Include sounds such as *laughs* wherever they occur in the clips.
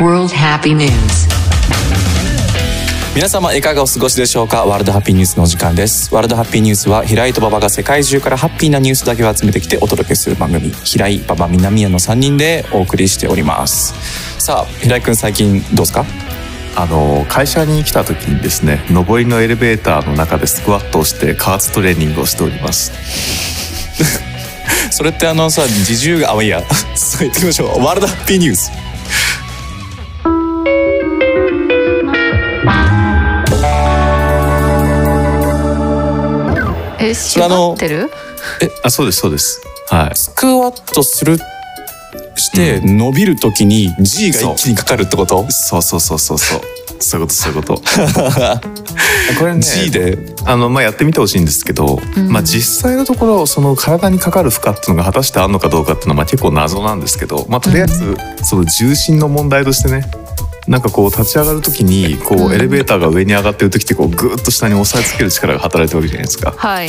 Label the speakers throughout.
Speaker 1: World Happy News.
Speaker 2: 皆様いかがお過ごしでしょうかワールドハッピーニュースのお時間ですワールドハッピーニュースは平井と馬場が世界中からハッピーなニュースだけを集めてきてお届けする番組平井馬場南谷の3人でお送りしておりますさあ平井くん最近どうですか
Speaker 3: あの会社に来た時にですね上りのエレベーターの中でスクワットをして加圧トレーニングをしております
Speaker 2: それってあのさ自重があいいや *laughs* そう言ってみましょうワールドハッピーニュース
Speaker 4: え、
Speaker 2: れあ
Speaker 4: 縛
Speaker 2: の
Speaker 4: ってる
Speaker 3: あそうですそうですはい
Speaker 2: スクワットするして伸びるときに G が一気にかかるってこと、
Speaker 3: そうそうそうそうそうそういうことそういうことこれね
Speaker 2: G で
Speaker 3: あの、まあ、やってみてほしいんですけど、まあ、実際のところその体にかかる負荷っていうのが果たしてあるのかどうかっていうのはまあ結構謎なんですけど、まあ、とりあえずその重心の問題としてねなんかこう立ち上がる時にこうエレベーターが上に上がってる時ってこうグーッと下に押さえつける力が働いてるわけじゃないですか。
Speaker 4: はい。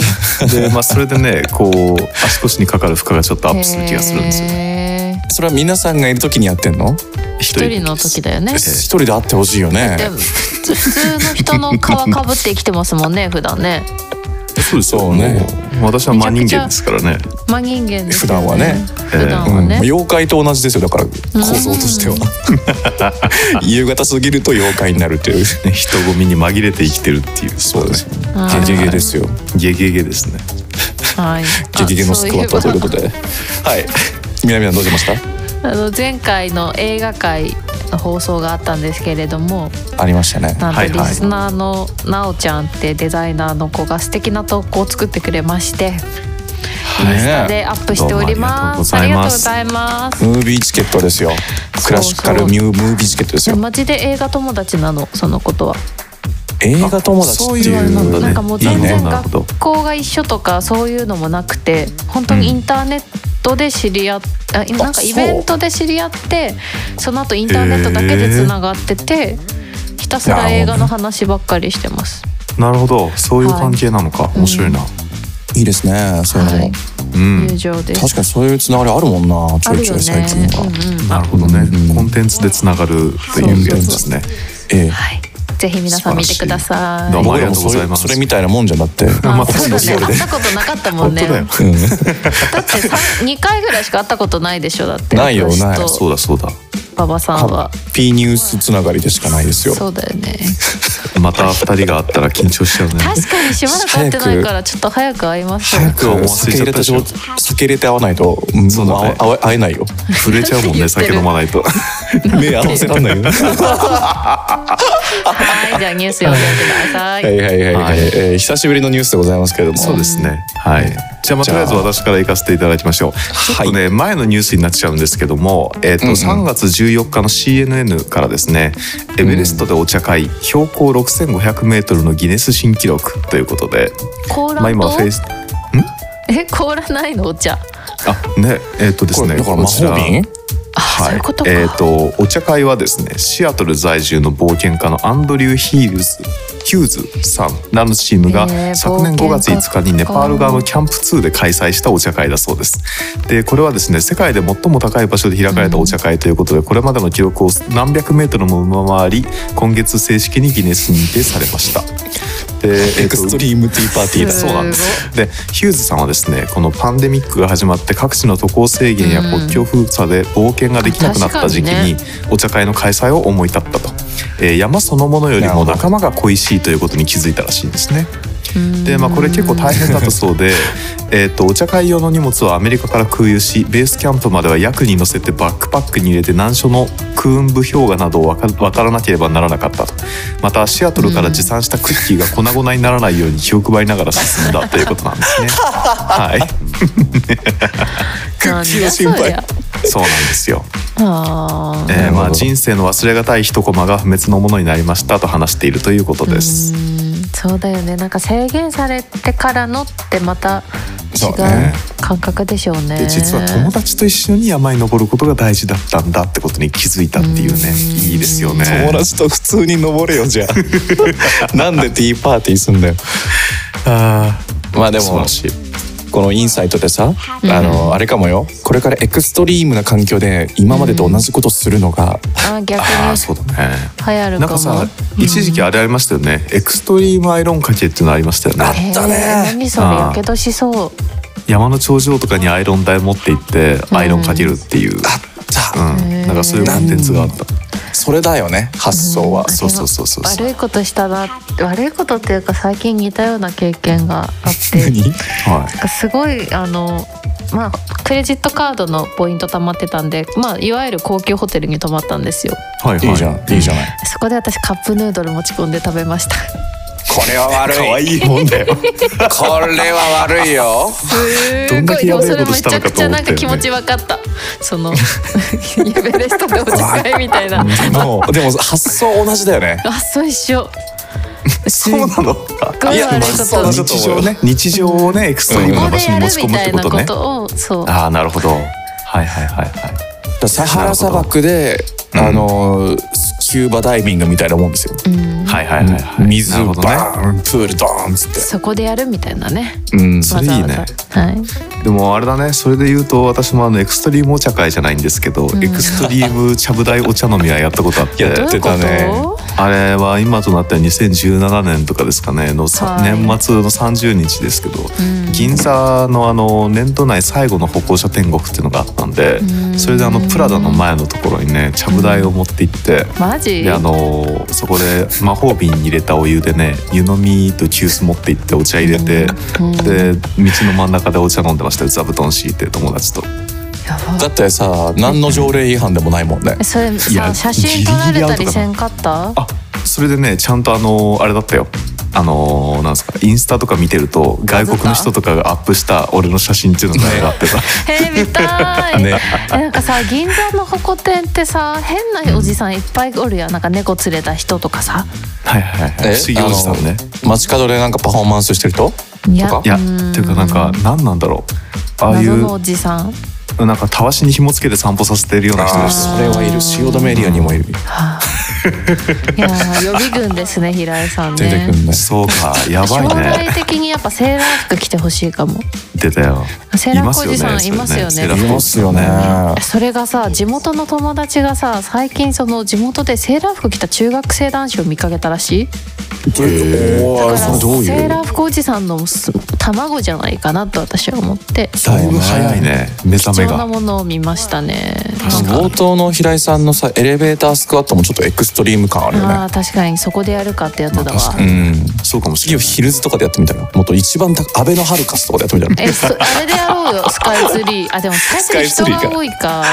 Speaker 3: で、まあ、それでねこう足腰にかかる負荷がちょっとアップする気がするんですよ。
Speaker 4: へー
Speaker 2: それは皆さんがいるときにやってんの
Speaker 3: 一
Speaker 4: 一人の時だよね。
Speaker 2: 一人で会ってほしいよね
Speaker 4: でも普通の人の皮かぶって生きてますもんね、普段ね。
Speaker 3: そうです
Speaker 2: よね
Speaker 3: 私は真人間ですからね。
Speaker 4: 真人間です、
Speaker 2: 普段はね。
Speaker 4: 普段は
Speaker 2: うん
Speaker 4: ね。
Speaker 2: 妖怪と同じですよだから構造としては夕方過ぎると妖怪になるという
Speaker 3: ね人混みに紛れて生きてるっていう。そうです。
Speaker 4: はい
Speaker 2: ゲゲゲですよ
Speaker 3: ゲゲゲですね。
Speaker 4: はい。
Speaker 2: ゲゲゲのスクワットということで
Speaker 4: で。
Speaker 2: はい南さんどうしました
Speaker 4: あの前回の映画界の放送があったんですけれども、
Speaker 2: ありましたね
Speaker 4: なんと
Speaker 3: はい
Speaker 4: リ
Speaker 3: はい
Speaker 4: スナーのなおちゃんってデザイナーの子が素敵な投稿を作ってくれまして、インスタでアップしております。
Speaker 3: どう
Speaker 4: あ
Speaker 3: もあり
Speaker 4: りが
Speaker 3: がとうご
Speaker 4: とうござ
Speaker 3: ざ
Speaker 4: います。
Speaker 2: ムービーチケットですよクラシカルミュームービーチケットです
Speaker 4: で
Speaker 2: よ
Speaker 4: マジで映画友達なのそのことは
Speaker 2: 映画友達
Speaker 3: そう
Speaker 2: っ
Speaker 3: い
Speaker 2: て
Speaker 3: うあれ
Speaker 2: い
Speaker 3: な
Speaker 2: うん
Speaker 3: だね。
Speaker 4: なんかもう
Speaker 3: いい
Speaker 4: 全
Speaker 3: ね
Speaker 4: 然
Speaker 3: なるほど。
Speaker 4: 学校が一緒とかそういうのもなくて本当にインターネットで知り合っあなんかイベントで知り合ってその後インターネットだけでつながってて、ひたすら映画の話ばっかりしてます。
Speaker 3: なるほどそういう関係なのか、面白いな、
Speaker 2: いいですねそういうの
Speaker 4: は
Speaker 2: も
Speaker 4: い、
Speaker 3: うん
Speaker 4: 友情です。
Speaker 2: 確かにそういうつながりあるもんなち
Speaker 4: あ
Speaker 2: ょい
Speaker 4: る
Speaker 2: ち
Speaker 4: よ
Speaker 2: ょい最
Speaker 4: ね。
Speaker 2: 近は
Speaker 4: うんうん
Speaker 3: なるほどね、コンテンツでつながるっていうやつですね
Speaker 2: ええ
Speaker 4: はい、ぜひ皆さん見てください。
Speaker 3: どうも
Speaker 2: 僕らもそ
Speaker 3: ありがとうござい
Speaker 2: れ
Speaker 3: ます
Speaker 2: それみたいなもんじゃんだって
Speaker 4: あ
Speaker 3: まあ
Speaker 4: そうだね。
Speaker 3: 確か
Speaker 4: 会
Speaker 3: に
Speaker 4: ったことなかったもん
Speaker 3: 本
Speaker 4: ね。
Speaker 3: 当だよ、
Speaker 4: だってさん2回ぐらいしか会ったことないでしょだって
Speaker 2: ないよ
Speaker 4: 私と
Speaker 2: ないよ
Speaker 3: そうだそうだ
Speaker 4: 馬場さんは
Speaker 2: ハッピーニュースつながりでしかないですよ
Speaker 4: そうだよね
Speaker 3: また二人があったら緊張しちゃうね
Speaker 4: 確かにしばらく会ってないからちょっと早く会いましょう
Speaker 2: 早
Speaker 3: 僕はも
Speaker 2: く
Speaker 3: う忘
Speaker 2: 酒入れ
Speaker 3: れちゃった
Speaker 2: た
Speaker 3: でし
Speaker 2: 状
Speaker 3: ょ
Speaker 2: 酒入れて合わないと、うん
Speaker 3: そうだね
Speaker 2: もう会え会えないよ。
Speaker 3: 触れちゃうもんね酒飲まないと
Speaker 2: *laughs* 目合わせらんないよ。は
Speaker 4: はいじゃあニュース読んでください、
Speaker 2: い *laughs* はいはいは、
Speaker 3: はいい
Speaker 2: えー久しぶりのニュースでございますけれども。
Speaker 3: *laughs* そうですねはいじゃあまあ
Speaker 2: じ
Speaker 3: と
Speaker 2: ゃ
Speaker 3: り
Speaker 2: あ
Speaker 3: あえず私から行かせていただきましょうちょっとね、前のニュースになっちゃうんですけども、えっと
Speaker 2: うんうん
Speaker 3: 3月14日の CNN からですねエベレストでお茶会、標高6500メートルのギネス新記録ということで、
Speaker 4: 凍ら
Speaker 3: まあ
Speaker 4: ん
Speaker 3: 今
Speaker 4: と、
Speaker 3: フェイス
Speaker 4: え凍らないのお茶
Speaker 3: あねえっ、とです
Speaker 2: これ
Speaker 3: ね
Speaker 2: だから魔
Speaker 3: こち
Speaker 2: 法
Speaker 3: ら
Speaker 2: 瓶？
Speaker 4: あ、そういうことか、
Speaker 3: えっ、とお茶会はですねシアトル在住の冒険家のアンドリュー・ヒールズヒューズさんらのチーム
Speaker 4: へー
Speaker 3: が昨年5月5日に
Speaker 4: 冒険家
Speaker 3: ネパール側のキャンプ2で開催したお茶会だそうです。でこれはですね世界で最も高い場所で開かれたお茶会ということで、これまでの記録を何百メートルも上回り今月正式にギネスに認定されました。でえ
Speaker 2: エ
Speaker 3: ーと
Speaker 2: クストリームティーパーティーだ。
Speaker 4: す
Speaker 3: そうなんですでヒューズさんはですねこのパンデミックが始まって各地の渡航制限や国境封鎖で冒険ができなくなった時期にお茶会の開催を思い立ったと、えー山そのものよりも仲間が恋しいということに気づいたらしいんですね。でまあ、これ結構大変だったそうでえーとお茶会用の荷物はアメリカから空輸しベースキャンプまでは役に乗せてバックパックに入れて難所の空運部氷河などを渡渡らなければならなかったとまたシアトルから持参したクッキーが粉々にならないように気を配りながら進んだということなんですね。はい、
Speaker 2: 口の
Speaker 4: なんだ
Speaker 2: 心配
Speaker 4: そりゃ
Speaker 3: そうなんですよ
Speaker 4: あー
Speaker 3: えーまあ、人生の忘れがたい一コマが不滅のものになりましたと話しているということです。
Speaker 4: そうだよねなんか制限されてからのってまた違
Speaker 2: そううね
Speaker 4: 感覚でしょうね
Speaker 3: で実は友達と一緒に山に登ることが大事だったんだってことに気づいたっていうねいいですよね。
Speaker 2: *laughs* 友達と普通に登れよじゃ *laughs* あ。なんでティーパーティーすんだよ。
Speaker 3: あ
Speaker 2: *laughs* まあで
Speaker 3: ー素晴
Speaker 2: も
Speaker 3: らしい。
Speaker 2: ここのインサイトでさ、
Speaker 4: うん
Speaker 2: あのあれかもよこれからエクストリームな環境で今までと同じことするのが、
Speaker 4: あ逆
Speaker 3: あ
Speaker 4: に
Speaker 3: あそうだね
Speaker 4: 流行る
Speaker 3: なん
Speaker 4: か
Speaker 3: か
Speaker 4: も
Speaker 3: さ一時期あれありましたよね、エクストリームアイロンかけっていうのありましたよね
Speaker 2: あったね
Speaker 4: へえ何それ
Speaker 3: あー
Speaker 4: やけどしそう
Speaker 3: 山の頂上とかにアイロン台持って行ってアイロンかけるっていう、
Speaker 2: さ
Speaker 3: うん
Speaker 4: へー
Speaker 3: なんかそういうコンテンツがあった
Speaker 2: それだよね発想は、
Speaker 4: ん
Speaker 3: そうそうそうそうそう
Speaker 4: 悪いことしたな悪いことっていうか最近似たような経験が
Speaker 3: *laughs*
Speaker 4: あって
Speaker 2: 何
Speaker 3: は
Speaker 4: なんかすごいあのまあクレジットカードのポイント貯まってたんで、まあ、いわゆる高級ホテルに泊まったんですよ
Speaker 3: いはいはい
Speaker 2: いいじゃんいいじゃない
Speaker 4: そこで私カップヌードル持ち込んで食べました
Speaker 2: これは悪い
Speaker 3: 可愛いもんだよ
Speaker 2: これは悪いよ
Speaker 4: す
Speaker 3: どんだ
Speaker 4: ごい
Speaker 3: け
Speaker 4: で
Speaker 3: や
Speaker 4: も
Speaker 3: ば
Speaker 4: そ
Speaker 3: い
Speaker 4: れ
Speaker 3: こと
Speaker 4: め
Speaker 3: し
Speaker 4: ち
Speaker 3: たの
Speaker 4: ゃ
Speaker 3: か
Speaker 4: く
Speaker 3: と
Speaker 4: ちゃ
Speaker 3: 思っ
Speaker 4: なん
Speaker 3: て
Speaker 4: か気
Speaker 3: る
Speaker 4: 持ち分かった
Speaker 3: *laughs*
Speaker 4: そのやべレストでお茶会みたいな
Speaker 2: もうでも発想同じだよね
Speaker 4: あそう一緒
Speaker 3: そうなの
Speaker 4: ごい悪いこと
Speaker 2: 発想だと
Speaker 3: 日
Speaker 2: 思う
Speaker 3: 常
Speaker 2: よ
Speaker 3: ね日常をねエクストリーム
Speaker 4: ここ
Speaker 3: な場
Speaker 4: で
Speaker 3: 所
Speaker 4: や
Speaker 3: に
Speaker 4: る
Speaker 3: 持ち込
Speaker 4: み
Speaker 3: むったて
Speaker 4: い
Speaker 3: こ
Speaker 4: な
Speaker 3: と
Speaker 4: こ
Speaker 3: ね
Speaker 4: とをそう
Speaker 3: ああなるほどはいはいはいはい
Speaker 2: サハラ砂漠で、
Speaker 3: な
Speaker 2: あ
Speaker 3: る
Speaker 2: のスキューバダイビングみたいなもんですよ、
Speaker 4: うん
Speaker 3: はいはいはいはい
Speaker 2: 水
Speaker 3: なる
Speaker 2: バ
Speaker 3: ほどね
Speaker 2: ーンプールドーンっつっ
Speaker 4: そこでやるみたいなね
Speaker 2: て、うん、
Speaker 3: それいいね
Speaker 4: わざわざはい
Speaker 3: でもあれだねそれで言うと私もあのエクストリームお茶会じゃないんですけど、エクストリームちゃぶ台お茶飲みはやったことあって
Speaker 2: やって
Speaker 4: どう *laughs* いうこ
Speaker 2: たね
Speaker 4: と
Speaker 3: あれは今となっては2017年とかですかねのさ、
Speaker 4: はい
Speaker 3: 年末の30日ですけど、
Speaker 4: ん
Speaker 3: 銀座のあの年度内最後の歩行者天国っていうのがあったんで、
Speaker 4: うん
Speaker 3: それであのプラダの前のところにねちゃぶ台を持って行って。
Speaker 4: マジ
Speaker 3: であのそこで魔法瓶に入れたお湯でね湯飲みと急須持って行ってお茶入れて、
Speaker 4: うん
Speaker 3: で道の真ん中でお茶飲んでましたよ座布団敷いて友達と
Speaker 4: やば
Speaker 2: だってさ何の条例違反でもないもんね
Speaker 4: えそれ
Speaker 3: いや
Speaker 4: さ写真撮られたりせんかった
Speaker 3: あそれでねちゃんとあのあれだったよあのなんですかインスタとか見てると外国の人とかがアップした俺の写真っていうのが上がってた
Speaker 4: えー見た
Speaker 3: *laughs*
Speaker 4: い、
Speaker 2: ね
Speaker 4: えなんかさ銀座のホコ天ってさ変なおじさんいっぱいおるやんなんか猫連れた人とかさ
Speaker 3: はいはいは
Speaker 2: え
Speaker 3: い不思議おじさんね
Speaker 2: あの街角でなんかパフォーマンスしてると
Speaker 4: いや
Speaker 2: とか
Speaker 3: いや
Speaker 4: うん
Speaker 3: っていうかなんか何なんだろうああい
Speaker 4: 謎
Speaker 3: う
Speaker 4: のおじさん
Speaker 3: なんかたわしに紐つけて散歩させてるような人
Speaker 2: あ
Speaker 3: で
Speaker 2: ー
Speaker 3: した
Speaker 2: それはいる汐留エリアにもいる
Speaker 4: いやー予備軍ですね平井さん
Speaker 2: 出て
Speaker 4: ね
Speaker 2: くんね
Speaker 3: そうかやば
Speaker 4: 将
Speaker 3: い
Speaker 4: 来
Speaker 3: ね
Speaker 4: 的にやっぱセーラー服着てほしいかも
Speaker 3: 出たよ
Speaker 4: セーラー服おじさんいますよね
Speaker 3: セーラ
Speaker 2: い
Speaker 3: ー服お
Speaker 2: ま
Speaker 3: じ
Speaker 2: す
Speaker 3: さん
Speaker 2: よね
Speaker 4: それがさ地元の友達がさ最近その地元でセーラー服着た中学生男子を見かけたらしいだ
Speaker 2: お
Speaker 4: か
Speaker 2: ー
Speaker 4: ら
Speaker 2: それどうい
Speaker 4: セー
Speaker 2: う
Speaker 4: ラー服おじさんのす卵じゃないかなと私は思って
Speaker 3: だいぶ早いね目覚
Speaker 4: 貴
Speaker 3: め
Speaker 4: 重な
Speaker 3: が
Speaker 4: ものを見ましたね
Speaker 3: 確かに
Speaker 2: 冒頭の平井さんのさエレベータースクワットもちょっとエクストリーム感あるよ
Speaker 4: あ
Speaker 2: ね
Speaker 4: あ確かにそこでやるかってやつだわ、
Speaker 3: まあ確か
Speaker 2: うん
Speaker 3: そうかもし
Speaker 2: 次
Speaker 3: れ
Speaker 2: を
Speaker 3: ない
Speaker 2: ヒルズとかでやってみたらもっと一番高アベノハルカスとかでやってみたら
Speaker 4: えそあれでやろ
Speaker 3: *laughs*
Speaker 4: うよスカイツリーあでもスカイツリー人が多いか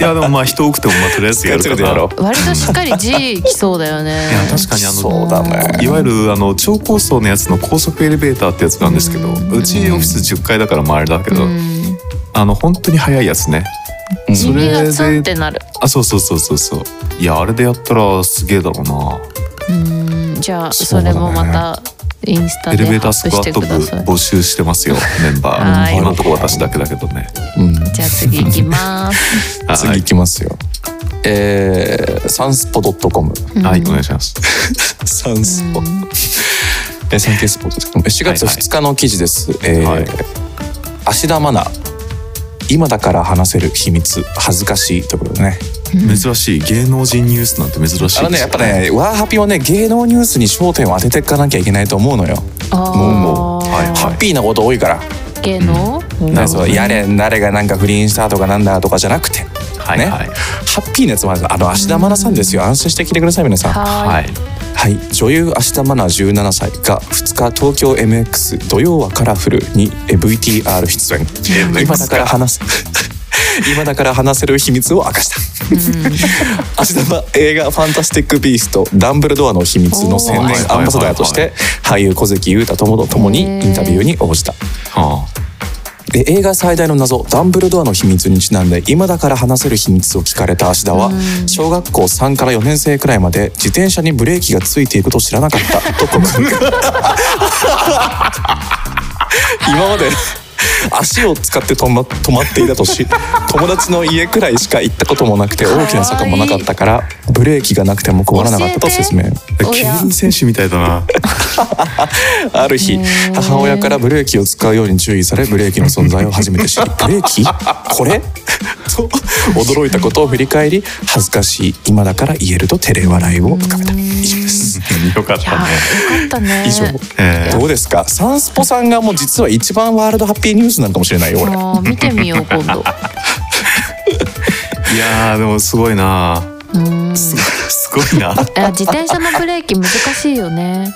Speaker 3: いやでもまあ人多くてもまあとりあえずやるかな
Speaker 4: 割としっかり G 来そうだよね
Speaker 3: いや *laughs* 確かにあの
Speaker 2: そうだね
Speaker 3: いわゆるあの超高層のやつの高速エレベーターってやつなんですけどうちオフィス10階だからまああれだけど、
Speaker 4: うん
Speaker 3: あの本当に速いやつね、
Speaker 2: うん
Speaker 3: そ
Speaker 4: 耳が
Speaker 3: れ
Speaker 4: ツンっ
Speaker 3: で
Speaker 4: てなる
Speaker 3: あそうそうそうそうそういやあれでやったらすげえだろうな
Speaker 4: うんじゃあ
Speaker 2: そ
Speaker 4: そう
Speaker 2: だね
Speaker 4: れもまたインスタ
Speaker 3: エ
Speaker 4: で
Speaker 3: レ
Speaker 4: ア
Speaker 3: ベーター
Speaker 4: ッ
Speaker 3: スク
Speaker 4: プし
Speaker 3: ワ
Speaker 4: て
Speaker 3: ット
Speaker 4: く
Speaker 3: 部
Speaker 4: ださい
Speaker 3: 募集してます *laughs* よメンバ
Speaker 4: は
Speaker 3: ー
Speaker 4: い
Speaker 3: 今のところ私だけだけどね
Speaker 2: うん
Speaker 4: じゃあ次行
Speaker 3: *laughs*
Speaker 4: きます、
Speaker 3: はい
Speaker 2: 次行きますよ。えー、サンスポドットコム。
Speaker 3: はいお願いします
Speaker 2: サンスポ。えー、サンケイスポーツですけども、4月
Speaker 3: はいはい
Speaker 2: 2日の記事です。
Speaker 3: は
Speaker 2: え
Speaker 3: い
Speaker 2: ー、芦田愛菜。今だから話せる秘密、恥ずかしいところでね。
Speaker 3: 珍しい芸能人ニュースなんて珍しいです
Speaker 2: あ
Speaker 3: よ
Speaker 2: のね、やっぱね、ワーハピはね、芸能ニュースに焦点を当てていかなきゃいけないと思うのよ。
Speaker 4: あー
Speaker 2: もう
Speaker 3: もうはい
Speaker 2: ハッピーなこと多いから。
Speaker 4: 芸能、うん
Speaker 3: な
Speaker 2: ね、
Speaker 3: るほ
Speaker 2: そ
Speaker 3: ど
Speaker 2: うやれ、誰がなんか不倫したとかなんだとかじゃなくて。
Speaker 3: はい
Speaker 2: ね
Speaker 3: はい
Speaker 2: ハッピーなやつもあるんですあの、芦田愛菜さんですよ。安心して聞いてください、皆さん。
Speaker 4: は
Speaker 3: は
Speaker 4: ーい
Speaker 3: い
Speaker 2: はい、女優芦田愛菜17歳が2日東京 MX 土曜はカラフルにえ VTR 出演今だから話す *laughs* 今だから話せる秘密を明かした *laughs* 芦田は映画「ファンタスティック・ビーストダンブルドアの秘密」の宣伝アンバサダーとして俳優小関裕太ともと共にインタビューに応じた
Speaker 3: は
Speaker 2: で映画最大の謎ダンブルドアの秘密にちなんで今だから話せる秘密を聞かれた芦田は小学校3から4年生くらいまで自転車にブレーキがついていることを知らなかったと告白今まで足を使って止ま止まっていたとし友達の家くらいしか行ったこともなくて大きな坂もなかったからブレーキがなくても困らなかったと説明
Speaker 3: 競輪選手みたいだな
Speaker 2: ある日母親からブレーキを使うように注意されブレーキの存在を初めて知 *laughs* りブレーキこれ *laughs* と驚いたことを振り返り恥ずかしい今だから言えると照れ笑いを浮かべた以上です。
Speaker 3: *laughs* よかったね。
Speaker 4: よかったね。
Speaker 2: 以上、えー、どうですか。サンスポさんがもう実は一番ワールドハッピーニュースなのかもしれないよ。
Speaker 4: 俺見てみよう今 *laughs* 度。
Speaker 3: いやでもすごいな。すごいすごいな。
Speaker 4: 自転車のブレーキ難しいよね。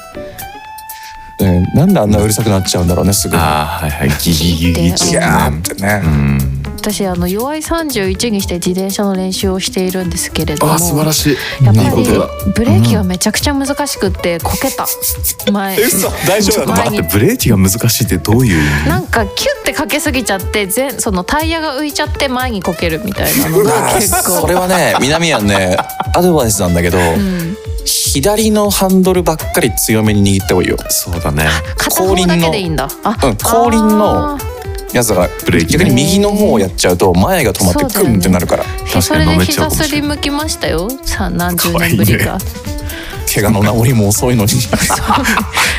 Speaker 2: ね、なんであんなうるさくなっちゃうんだろうねすぐ。
Speaker 3: *laughs* あはいはいギギギギギ
Speaker 2: ャーってね。うん
Speaker 4: 私あの弱い31にして自転車の練習をしているんですけれども
Speaker 3: 素晴らしい
Speaker 4: やっぱりブレーキがめちゃくちゃ難しくてこけた、うん、前
Speaker 2: 大丈夫
Speaker 3: だ待ってブレーキが難しいってどういう
Speaker 4: なんかキュッてかけすぎちゃって全そのタイヤが浮いちゃって前にこけるみたいなのが結構
Speaker 2: それはね南やんねアドバイスなんだけど、うん左のハンドルばっかり強めに握った方がいいよ
Speaker 3: そうだね
Speaker 4: 後輪の
Speaker 2: 後輪のやつがブレーキ逆に右の方をやっちゃうと前が止まってクンってなるから、ね、
Speaker 4: 確かに飲めちゃうかもしれないそれで膝すりむきましたよさあ何十年ぶりか、ね、
Speaker 2: 怪我の治りも遅いのに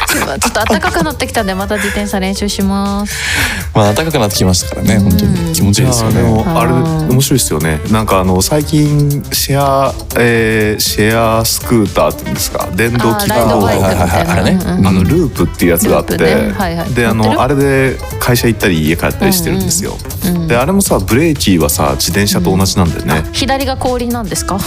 Speaker 4: ちょっと暖かくなってきたんでまた自転車練習します。
Speaker 2: まあ暖かくなってきましたからね、うん、本当に気持ちいいですよね。
Speaker 3: あれ面白いですよね。なんかあの最近シェア、えー、シェアスクーターっていうんですか、電動キックボード
Speaker 2: あれね、
Speaker 3: あのループっていうやつがあって、ねはいはい、であのあれで会社行ったり家帰ったりしてるんですよ。うんうん、であれもさブレーキはさ自転車と同じなんだよね。
Speaker 4: うん、左が後輪なんですか？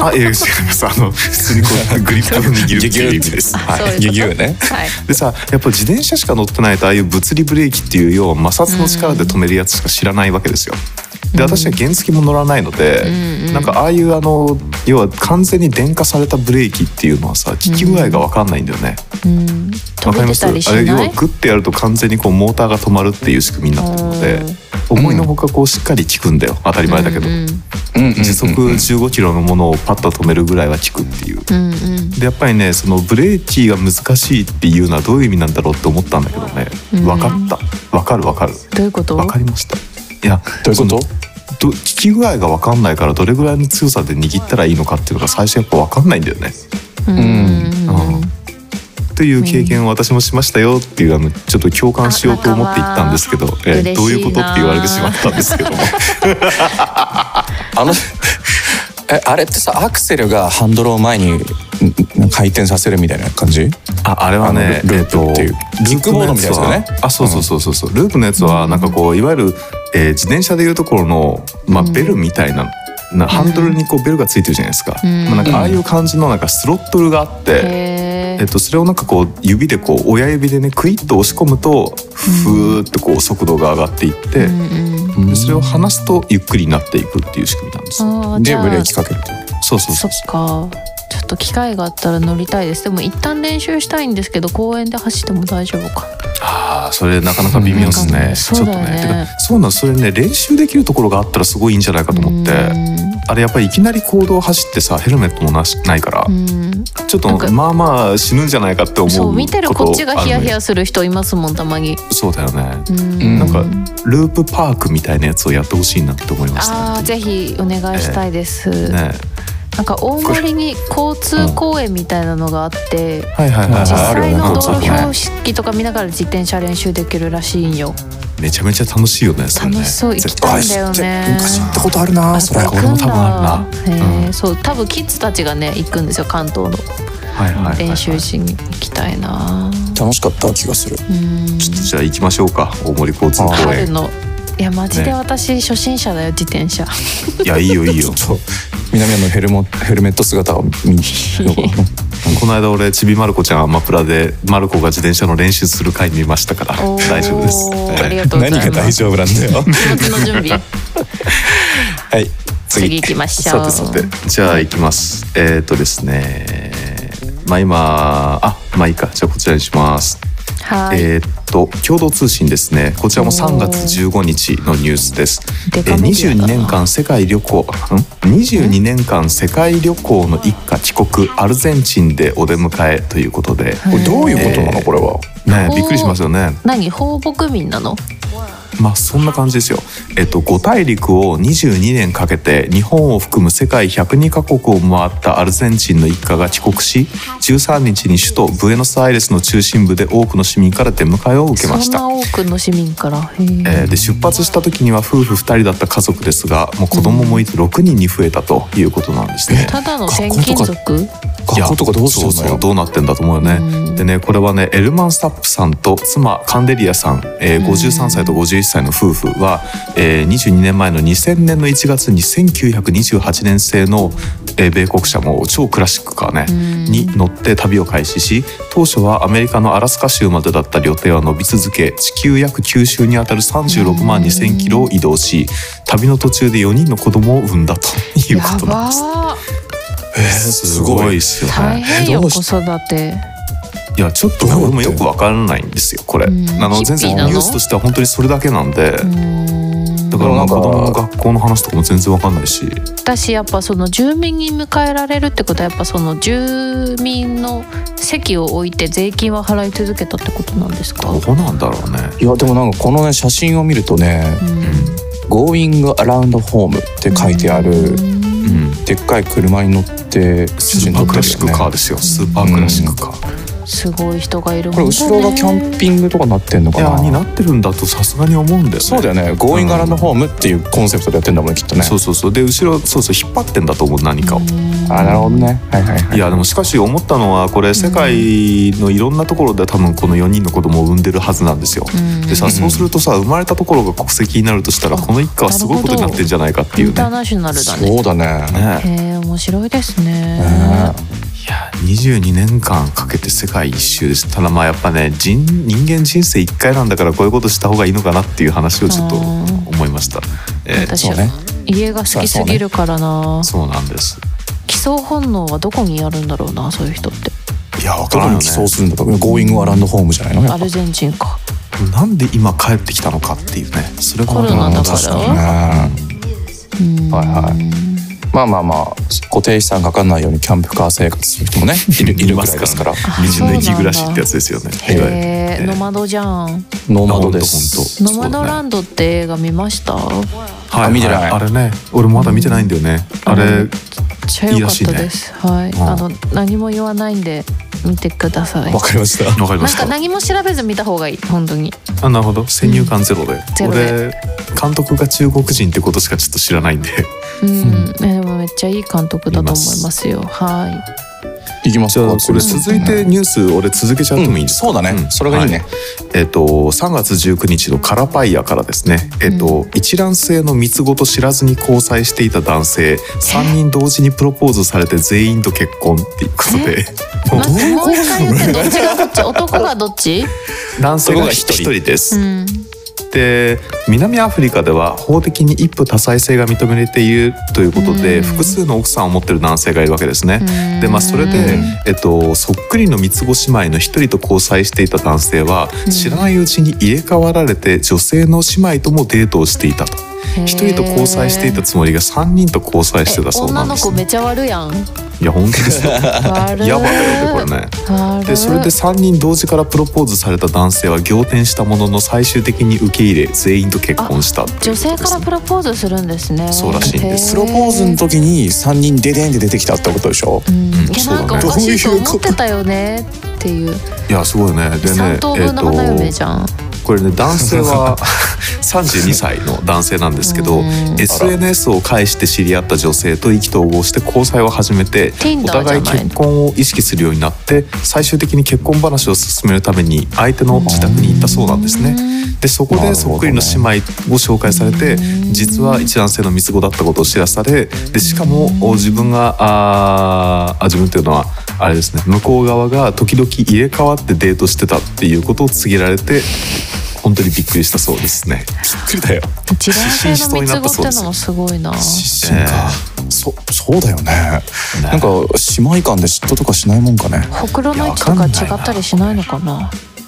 Speaker 3: あいや違いますあの普通にこうグリップを握るっていう意味です。
Speaker 2: はい。ギュギュね。はい。
Speaker 3: でさやっぱ自転車しか乗ってないとああいう物理ブレーキっていう要は摩擦の力で止めるやつしか知らないわけですよ。で私は原付も乗らないので、うん、なんかああいうあの要は完全に電化されたブレーキっていうのはさ効き具合が分かんないんだよね。
Speaker 4: うん、
Speaker 3: 分かりますあれ要はグッてやると完全にこうモーターが止まるっていう仕組みになってるので、思いのほかこうしっかり効くんだよ当たり前だけど、時速15キロのものをパッと止めるぐらいは効くっていう。
Speaker 4: うんうん、
Speaker 3: でやっぱりねそのブレーキが難しいっていうのはどういう意味なんだろうって思ったんだけどね分かった分かる分かる
Speaker 4: どういうこと
Speaker 3: 分かりましたいや
Speaker 2: どういうこと
Speaker 3: ど効き具合が分かんないからどれぐらいの強さで握ったらいいのかっていうのが最初やっぱ分かんないんだよね。
Speaker 4: うん、うん
Speaker 3: という経験を私もしましたよっていうあのちょっと共感しようと思って行ったんですけど、えー、どういうことって言われてしまったんですけども。
Speaker 2: あのえあれってさアクセルがハンドルを前に回転させるみたいな感じ
Speaker 3: ああれはね
Speaker 2: ループっていう、えっと、キックボードみたいですよね
Speaker 3: あそうそうそうそうそう、うん、ループのやつはなんかこういわゆる、えー、自転車でいうところの、まあ、ベルみたいな、うんなハンドルにこうベルがついてるじゃないですか,、まあ、なんかああいう感じのなんかスロットルがあって、えっと、それをなんかこう指でこう親指でねクイッと押し込むとふーってこう速度が上がっていって、それを離すとゆっくりになっていくっていう仕組みなんです
Speaker 2: でブレーキかけると
Speaker 3: そうそうそう
Speaker 4: そうちょっと機会があったら乗りたいですでも一旦練習したいんですけど公園で走っても大丈夫か
Speaker 3: ああそれなかなか微妙ですね、ね、
Speaker 4: そうだよね
Speaker 3: ちょっとねそうなんそれね練習できるところがあったらすごいいいんじゃないかと思ってあれやっぱりいきなり行動走ってさヘルメットもなしないからちょっとまあまあ死ぬんじゃないかって思うそう
Speaker 4: 見てるこっちがヒヤヒヤする人いますもんたまに
Speaker 3: そうだよねんなんかループパークみたいなやつをやってほしいなって思いました、
Speaker 4: ね、あぜひお願いしたいです、えー、ねなんか大森に交通公園みたいなのがあって、
Speaker 3: はいはいはい、実
Speaker 4: 際の道路標識とか見ながら自転車練習できるらしいんよ。
Speaker 3: めちゃめちゃ楽しいよね。
Speaker 4: 楽しそう行きたいんだよね。
Speaker 2: 昔行ったことあるな。それ
Speaker 3: 俺も多分あ
Speaker 4: るな。そう多分キッズたちがね行くんですよ関東の。練習しに行きたいな。
Speaker 2: 楽しかった気がする。
Speaker 3: ちょっとじゃあ行きましょうか大森交通公園。
Speaker 4: いやマジで私、初心者だよ自転車。
Speaker 3: いやいいよい *laughs* いよ。
Speaker 2: 南野のヘルモヘルメット姿を見
Speaker 3: この間俺ちびまる子ちゃんアマプラでまる子が自転車の練習する回見ましたから *laughs* 大丈夫です。
Speaker 2: *laughs* 何が大
Speaker 4: *laughs*
Speaker 2: 丈夫なんだよ。はい
Speaker 4: 次行きましょう。
Speaker 3: さてさてじゃあ行きます。えっ、ー、とですねまあ今あまあいいかじゃあこちらにします。えっと共同通信ですねこちらも3月15日のニュースですえ22年間世界旅行ん22年間世界旅行の一家帰国アルゼンチンでお出迎えということで
Speaker 2: これどういうことなのこれは、
Speaker 3: ねびっくりしますよね
Speaker 4: 何放牧民なの
Speaker 3: まあそんな感じですよ。えっと、5大陸を22年かけて日本を含む世界102カ国を回ったアルゼンチンの一家が帰国し13日に首都ブエノスアイレスの中心部で多くの市民から出迎えを受けました。
Speaker 4: そんな多くの市民から。へ
Speaker 3: えー
Speaker 4: ー
Speaker 3: で出発した時には夫婦2人だった家族ですがもう子供もいて6人に増えたということなんですね。
Speaker 4: ただの転勤族。
Speaker 2: 学校とかどうするのよ
Speaker 3: そうそうどうなってんだと思うよね、
Speaker 4: うん
Speaker 3: でねこれはねエルマン・スタップさんと妻カンデリアさん、えー53歳と51歳の夫婦は、えー22年前の2000年の1月に1928年製の、えー米国車も超クラシックカーね、
Speaker 4: うん
Speaker 3: に乗って旅を開始し当初はアメリカのアラスカ州までだった旅程は伸び続け地球約9周にあたる36万2,000キロを移動し旅の途中で4人の子供を産んだという
Speaker 4: や
Speaker 3: ことなん
Speaker 4: ば
Speaker 3: です。
Speaker 4: ー。
Speaker 2: えー
Speaker 3: すごいですよね。
Speaker 4: 大変
Speaker 2: えー
Speaker 4: よ
Speaker 2: ど
Speaker 4: 子
Speaker 2: うし
Speaker 4: 育て。
Speaker 3: いやちょっとね
Speaker 2: どうや
Speaker 3: 俺
Speaker 2: って
Speaker 3: もよくわからないんですよこれ。あ
Speaker 4: うん
Speaker 3: の
Speaker 4: ヒッ
Speaker 3: 全
Speaker 4: ピー
Speaker 3: 然
Speaker 4: なの
Speaker 3: ニュースとしては本当にそれだけなんで、
Speaker 4: うん
Speaker 3: だからまあ
Speaker 2: で
Speaker 3: 子
Speaker 2: もなんか
Speaker 3: 供の学校の話とかも全然わかんないし、
Speaker 4: だしやっぱその住民に迎えられるってことはやっぱその住民の席を置いて税金は払い続けたってことなんですか、
Speaker 3: どうなんだろうね。
Speaker 2: いやでもなんかこのね写真を見るとね「
Speaker 4: うん
Speaker 2: Going Around Home」って書いてある
Speaker 3: うん、
Speaker 2: でっかい車に乗って写
Speaker 3: ス
Speaker 2: 真
Speaker 3: ー
Speaker 2: 撮
Speaker 3: パ
Speaker 2: って
Speaker 3: ークラ
Speaker 2: るよ
Speaker 3: シック
Speaker 2: ね
Speaker 3: カーですよ。スーパークラシックカー。
Speaker 4: すごい人がいる
Speaker 2: これ後ろがキャンピングとかなってんの
Speaker 3: い
Speaker 2: か
Speaker 3: やにな
Speaker 2: な
Speaker 3: ってるんだとさすがに思うんだよね。
Speaker 2: そうだよね「Going Around Home」っていうコンセプトでやってんだもんねきっとね
Speaker 3: そうそうそうで後ろそうそう引っ張ってんだと思う何かを。
Speaker 2: あなるほどねはいはいはい
Speaker 3: いやでもしかし思ったのはこれ世界のいろんなところで多分この4人の子供を産んでるはずなんですよ。で
Speaker 4: で
Speaker 3: さ
Speaker 2: ん
Speaker 3: そうするとさ生まれたところが国籍になるとしたら
Speaker 4: あ
Speaker 3: この一家はすごいことになってんじゃないかって
Speaker 4: イ
Speaker 3: いう
Speaker 4: ンター
Speaker 3: ね。
Speaker 4: ナショナルだね
Speaker 2: そうだね
Speaker 3: ね
Speaker 4: へえ面白いですね
Speaker 2: ね
Speaker 3: いや22年間かけて世界一周ですただまあやっぱね人人間人生一回なんだからこういうことした方がいいのかなっていう話をちょっと
Speaker 4: あー
Speaker 3: 思いました。えー
Speaker 4: 私
Speaker 2: そ
Speaker 4: は、
Speaker 2: うね
Speaker 4: 家が好きすぎるからな、
Speaker 3: そうなんです。
Speaker 4: 基礎本能はどこにあるんだろうなそういう人って
Speaker 3: いやわ
Speaker 2: どこに寄贈するんだろう「Going Around Home」じゃないのや
Speaker 4: ア
Speaker 2: っぱ
Speaker 4: ルゼンチンか
Speaker 3: なんで今帰ってきたのかっていうねそれが
Speaker 4: コロナだから
Speaker 3: 確に
Speaker 2: ね
Speaker 4: うん
Speaker 2: はいはいまあまあまあ固定資産かかんないようにキャンプカー生活する人もねいるいるぐらいですから
Speaker 3: 未人の息暮らしってやつですよね。いわゆる
Speaker 4: へえノマドじゃん
Speaker 2: ノーマ
Speaker 3: ほ
Speaker 2: ド
Speaker 3: んと
Speaker 2: です
Speaker 4: ノマドランドって映画見ました
Speaker 3: はい
Speaker 2: あ見てない
Speaker 3: あれね俺まだ見てないんだよね、あ
Speaker 4: う
Speaker 3: れ
Speaker 4: んめっちゃ良かったです。はい、
Speaker 3: うん
Speaker 4: あの何も言わないんで見てください。
Speaker 2: わかりました
Speaker 3: わかりま
Speaker 4: なん
Speaker 3: し
Speaker 4: か
Speaker 3: た
Speaker 4: 何も調べず見た方がいい本当に。
Speaker 3: あなるほど先入観ゼロで、
Speaker 4: ゼロ
Speaker 3: 俺
Speaker 4: で
Speaker 3: 監督が中国人ってことしかちょっと知
Speaker 2: *laughs*
Speaker 3: らないんで
Speaker 4: うん、えでもめっちゃいい監督だと思いますよ。はい。
Speaker 2: いきま
Speaker 3: じ
Speaker 2: す
Speaker 3: ゃ
Speaker 2: か
Speaker 3: あこれ続いてニュース俺続けちゃってもいいですか、
Speaker 2: うんそうだねそれがいいね
Speaker 3: えっ、と3月19日のカラパイヤからですねえっ、と、一卵性の三つ子と知らずに交際していた男性3人同時にプロポーズされて全員と結婚っていうことでもう
Speaker 4: 待ってもう一回言ってどっちがどっち男がどっち？
Speaker 3: *laughs* 男性が
Speaker 2: 男が
Speaker 3: 1
Speaker 2: 一人
Speaker 3: 人です
Speaker 4: う、ん。
Speaker 3: で南アフリカでは法的に一夫多妻制が認められているということで、
Speaker 4: うん
Speaker 3: 複数の奥さんを持ってる男性がいるわけですね。
Speaker 4: うん
Speaker 3: でまあそれで、えっと、そっくりの三つ子姉妹の一人と交際していた男性は、知らないうちに入れ替わられて女性の姉妹ともデートをしていたと。一人と交際していたつもりが三人と交際してたそうな
Speaker 4: 女
Speaker 3: ん
Speaker 4: の
Speaker 3: です
Speaker 4: 子
Speaker 3: ね、
Speaker 4: めちゃ悪やん。
Speaker 3: いや本当
Speaker 4: *laughs*
Speaker 3: ですよ
Speaker 4: 悪い。
Speaker 3: やばいよねこれね。
Speaker 4: 悪い。
Speaker 3: でそれで3人同時からプロポーズされた男性は仰天したものの最終的に受け入れ全員と結婚したっていうこと
Speaker 4: 女
Speaker 3: です
Speaker 4: 性
Speaker 3: ね
Speaker 4: からプロポーズするんですね。
Speaker 3: そうらしいんです
Speaker 2: プロポーズの
Speaker 4: の。
Speaker 2: 時に3人デデンで出てきたってことでしょ
Speaker 4: うん、い
Speaker 3: うん
Speaker 4: や
Speaker 3: そうだね
Speaker 4: なんかおかしいと思ってたよねっていう
Speaker 3: いやすごいねでね
Speaker 4: 三等分の花嫁じゃん。
Speaker 3: これね男性
Speaker 4: *laughs*
Speaker 3: は32歳の男性なんですけど
Speaker 4: うん
Speaker 3: SNS を介して知り合った女性と意気投合して交際を始めて
Speaker 4: Tinder
Speaker 3: お互い
Speaker 4: じゃない
Speaker 3: 結婚を意識するようになって最終的に結婚話を進めるために相手の自宅に行ったそうなんですね。でそこ
Speaker 2: なる
Speaker 3: で
Speaker 2: ほどね
Speaker 3: そっくりの姉妹を紹介されて、実は一卵性の三つ子だったことを知らされでしかもお自分があーあ自分っていうのはあれですね向こう側が時々入れ替わってデートしてたっていうことを告げられて本当にびっくりしたそうですね。びっくりだよ。
Speaker 4: 自転車の三つ子ってのもすごいな。
Speaker 2: 失神か、そそうだよねなんか姉妹間で嫉妬とかしないもんかね
Speaker 4: ほくろの位置とか違ったりしないのかな。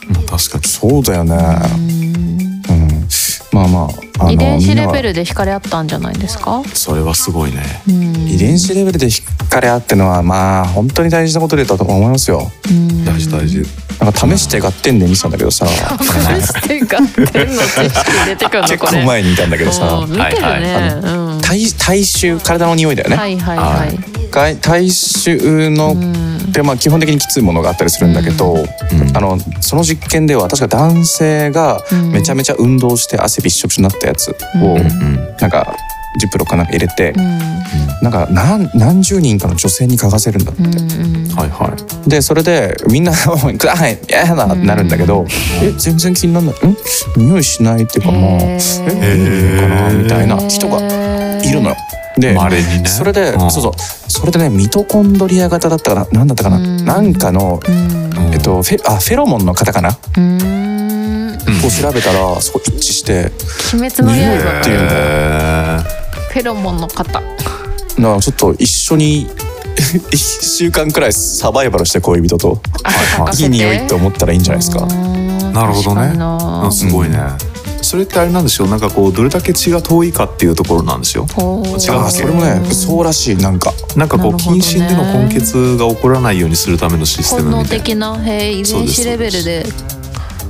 Speaker 3: まあ確かに
Speaker 2: そうだよねうん、まあまああ
Speaker 4: 遺伝子
Speaker 2: みん
Speaker 4: レ
Speaker 2: なが
Speaker 4: ベルで惹かれ合ったんじゃないですか。
Speaker 3: それはすごいね。
Speaker 4: うん
Speaker 2: 遺伝子レベルで引っかれ合ってのはまあ本当に大事なことだと思いますよ
Speaker 4: うん
Speaker 3: 大事大事。
Speaker 2: なんか試して合点で見てたんだけどさ
Speaker 4: *laughs* 試して合点の知識入れてくるの
Speaker 2: 結
Speaker 4: これ
Speaker 2: 構前にいたんだけどさ
Speaker 4: うん見てるね、
Speaker 3: はい
Speaker 2: はいあ
Speaker 4: うん
Speaker 2: 体体臭体の匂いだよね、
Speaker 4: はいはいは
Speaker 2: が
Speaker 4: い、
Speaker 2: 体臭の、
Speaker 4: うん
Speaker 2: でまあ基本的にきついものがあったりするんだけど、
Speaker 3: うん
Speaker 2: あのその実験では確か男性が
Speaker 4: うん
Speaker 2: めちゃめちゃ運動して汗びっしょびしょになったやつを、
Speaker 4: う
Speaker 3: う
Speaker 4: ん
Speaker 3: ん
Speaker 2: なんかジップロックかなんか入れて、
Speaker 4: う
Speaker 2: なんか何何十人かの女性に嗅がせるんだって、
Speaker 4: んうん
Speaker 3: はいはい
Speaker 2: でそれでみんな「おいください嫌だな」ってなるんだけど「え全然気にならないん匂いしない」っていうかまあ「
Speaker 4: へ
Speaker 2: えい
Speaker 4: ー
Speaker 2: いのかな」みたいな
Speaker 4: うん
Speaker 2: 人がいるのよ。で
Speaker 3: まれにね
Speaker 2: それで、
Speaker 3: うん
Speaker 2: そうそうそれでねミトコンドリア型だったかな何だったかな、
Speaker 4: うん
Speaker 2: なんかの、
Speaker 4: うん
Speaker 3: うん
Speaker 2: えっと、フェあフェロモンの方かな、
Speaker 4: うん鬼
Speaker 2: を調べたらそこ一致して
Speaker 4: 滅の
Speaker 2: 匂い
Speaker 4: 刃
Speaker 2: っ
Speaker 4: の
Speaker 2: ていうの
Speaker 3: へ
Speaker 4: フェロモンの方
Speaker 2: なんかちょっと一緒に *laughs* 一週間くらいサバイバルして恋人と
Speaker 4: 汗かかせ
Speaker 2: い
Speaker 4: て
Speaker 2: い匂いって思ったらいいんじゃないですか。
Speaker 4: うん
Speaker 3: なるほどね
Speaker 4: 確かにな
Speaker 3: ーうんすごいねそれってあれなんですよなんかこうどれだけ血が遠いかっていうところなんですよ
Speaker 4: ほう
Speaker 3: 違う
Speaker 2: あーそれもねそうらしいなんか
Speaker 3: なんかこう、
Speaker 4: なるほど
Speaker 3: 近親
Speaker 4: ね
Speaker 3: での根血が起こらないようにするためのシステ
Speaker 4: 本
Speaker 3: ム
Speaker 4: 能
Speaker 3: みたいな
Speaker 4: 的なへー遺
Speaker 3: そう
Speaker 4: 伝
Speaker 3: です
Speaker 4: 子レベルで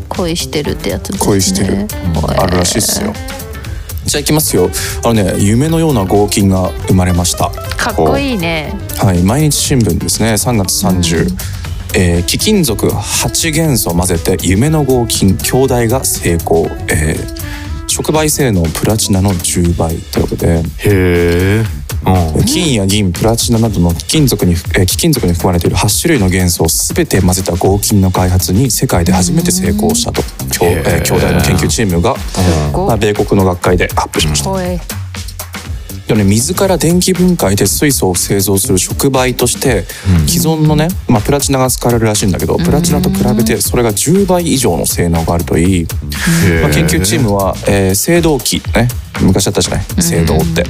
Speaker 4: 恋してるってやつですね
Speaker 2: 恋してる、
Speaker 4: ほえ
Speaker 2: あるらしいっすよじゃあいきますよあのね夢のような合金が生まれました
Speaker 4: かっこいいね
Speaker 2: はい毎日新聞ですね3月30、
Speaker 4: うん
Speaker 2: えー貴金属8元素混ぜて夢の合金兄弟が成功、えー触媒性能プラチナの10倍ということで
Speaker 3: へえうん
Speaker 2: 金や銀プラチナなどの貴金属に、えー貴金属に含まれている8種類の元素を全て混ぜた合金の開発に世界で初めて成功したと、兄
Speaker 3: へー
Speaker 2: えー兄弟の研究チームが、まあ、米国の学会で発表しました。
Speaker 4: ほえ
Speaker 2: でもね、水から電気分解で水素を製造する触媒として、既存のね、まあ、プラチナが使われるらしいんだけど、プラチナと比べてそれが10倍以上の性能があるといい、
Speaker 3: へ
Speaker 2: まあ、研究チームは、えー、青銅器ね昔あったじゃない青銅って、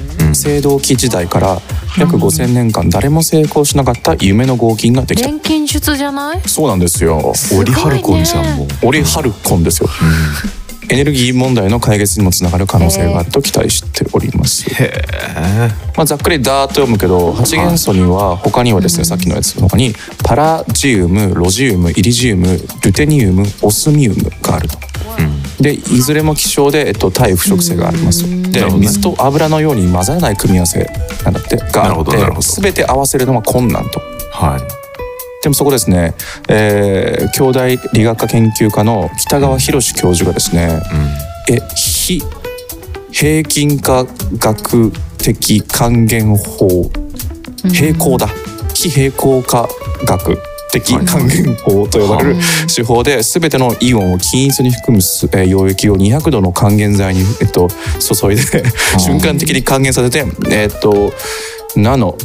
Speaker 2: 青銅器時代から約5,000年間誰も成功しなかった夢の合金ができた、
Speaker 4: 錬金術じゃない
Speaker 2: そうなんですよ
Speaker 4: ごい
Speaker 3: 折
Speaker 4: ね
Speaker 3: ハルコンじゃんもう
Speaker 2: オリハルコンですよ、エネルギー問題の解決にもつながる可能性があると期待しております、
Speaker 3: へえ
Speaker 2: まあ、ざっくりダーッと読むけど8元素には他にはですねさっきのやつの他にパラジウムロジウムイリジウムルテニウムオスミウムがあると。でいずれも希少で、えっと、対腐食性がありますで
Speaker 3: なるほどね
Speaker 2: 水と油のように混ざらない組み合わせなんだって
Speaker 3: な
Speaker 2: が
Speaker 3: る
Speaker 2: あ
Speaker 3: ほ
Speaker 2: っ
Speaker 3: どなるほど
Speaker 2: て全て合わせるのは困難と
Speaker 3: はい
Speaker 2: でもそこですね、えー兄弟理学科研究科の北川博教授がですね、え非平均化学的還元法平行だ非平行化学的還元法と呼ばれる手法で全てのイオンを均一に含むすえー溶液を200度の還元剤に、えっと、注いで瞬間的に還元させて、えっと、ナノ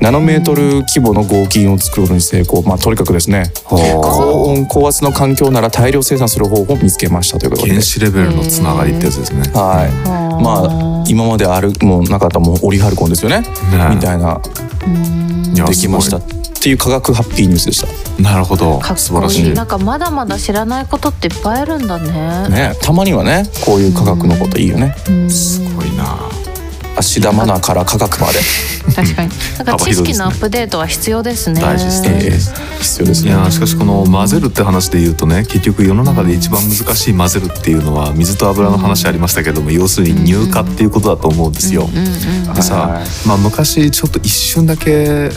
Speaker 2: ナノメートル規模の合金を作るのに成功、まあ、とにかくですね高温高圧の環境なら大量生産する方法を見つけましたということで
Speaker 3: 原。子レベルのつながりってやつですね
Speaker 2: はい、まあ今まであるもうなかったもうオリハルコンですよねみたいな
Speaker 3: に
Speaker 2: できましたっていう科学ハッピーニュースでした。
Speaker 3: なるほど
Speaker 4: かっ
Speaker 3: 素晴
Speaker 4: こ
Speaker 3: らし
Speaker 4: いい
Speaker 3: い
Speaker 4: なんかまだまだ知らないことっていっぱいあるんだね
Speaker 2: ね、たまにはねこういう科学のこといいよね
Speaker 4: うん
Speaker 3: すごいな
Speaker 2: 芦田愛菜から科学まで
Speaker 4: 確かになんか知識のアップデートは必要ですね
Speaker 3: 大事ですね
Speaker 2: えー必要です
Speaker 3: い
Speaker 2: ね
Speaker 3: やーしかしこの混ぜるって話で言うとね結局世の中で一番難しい混ぜるっていうのは水と油の話ありましたけども要するに乳化っていうことだと思うんですよ。
Speaker 4: うんうん
Speaker 3: でさ、まあ、昔ちょっと一瞬だけ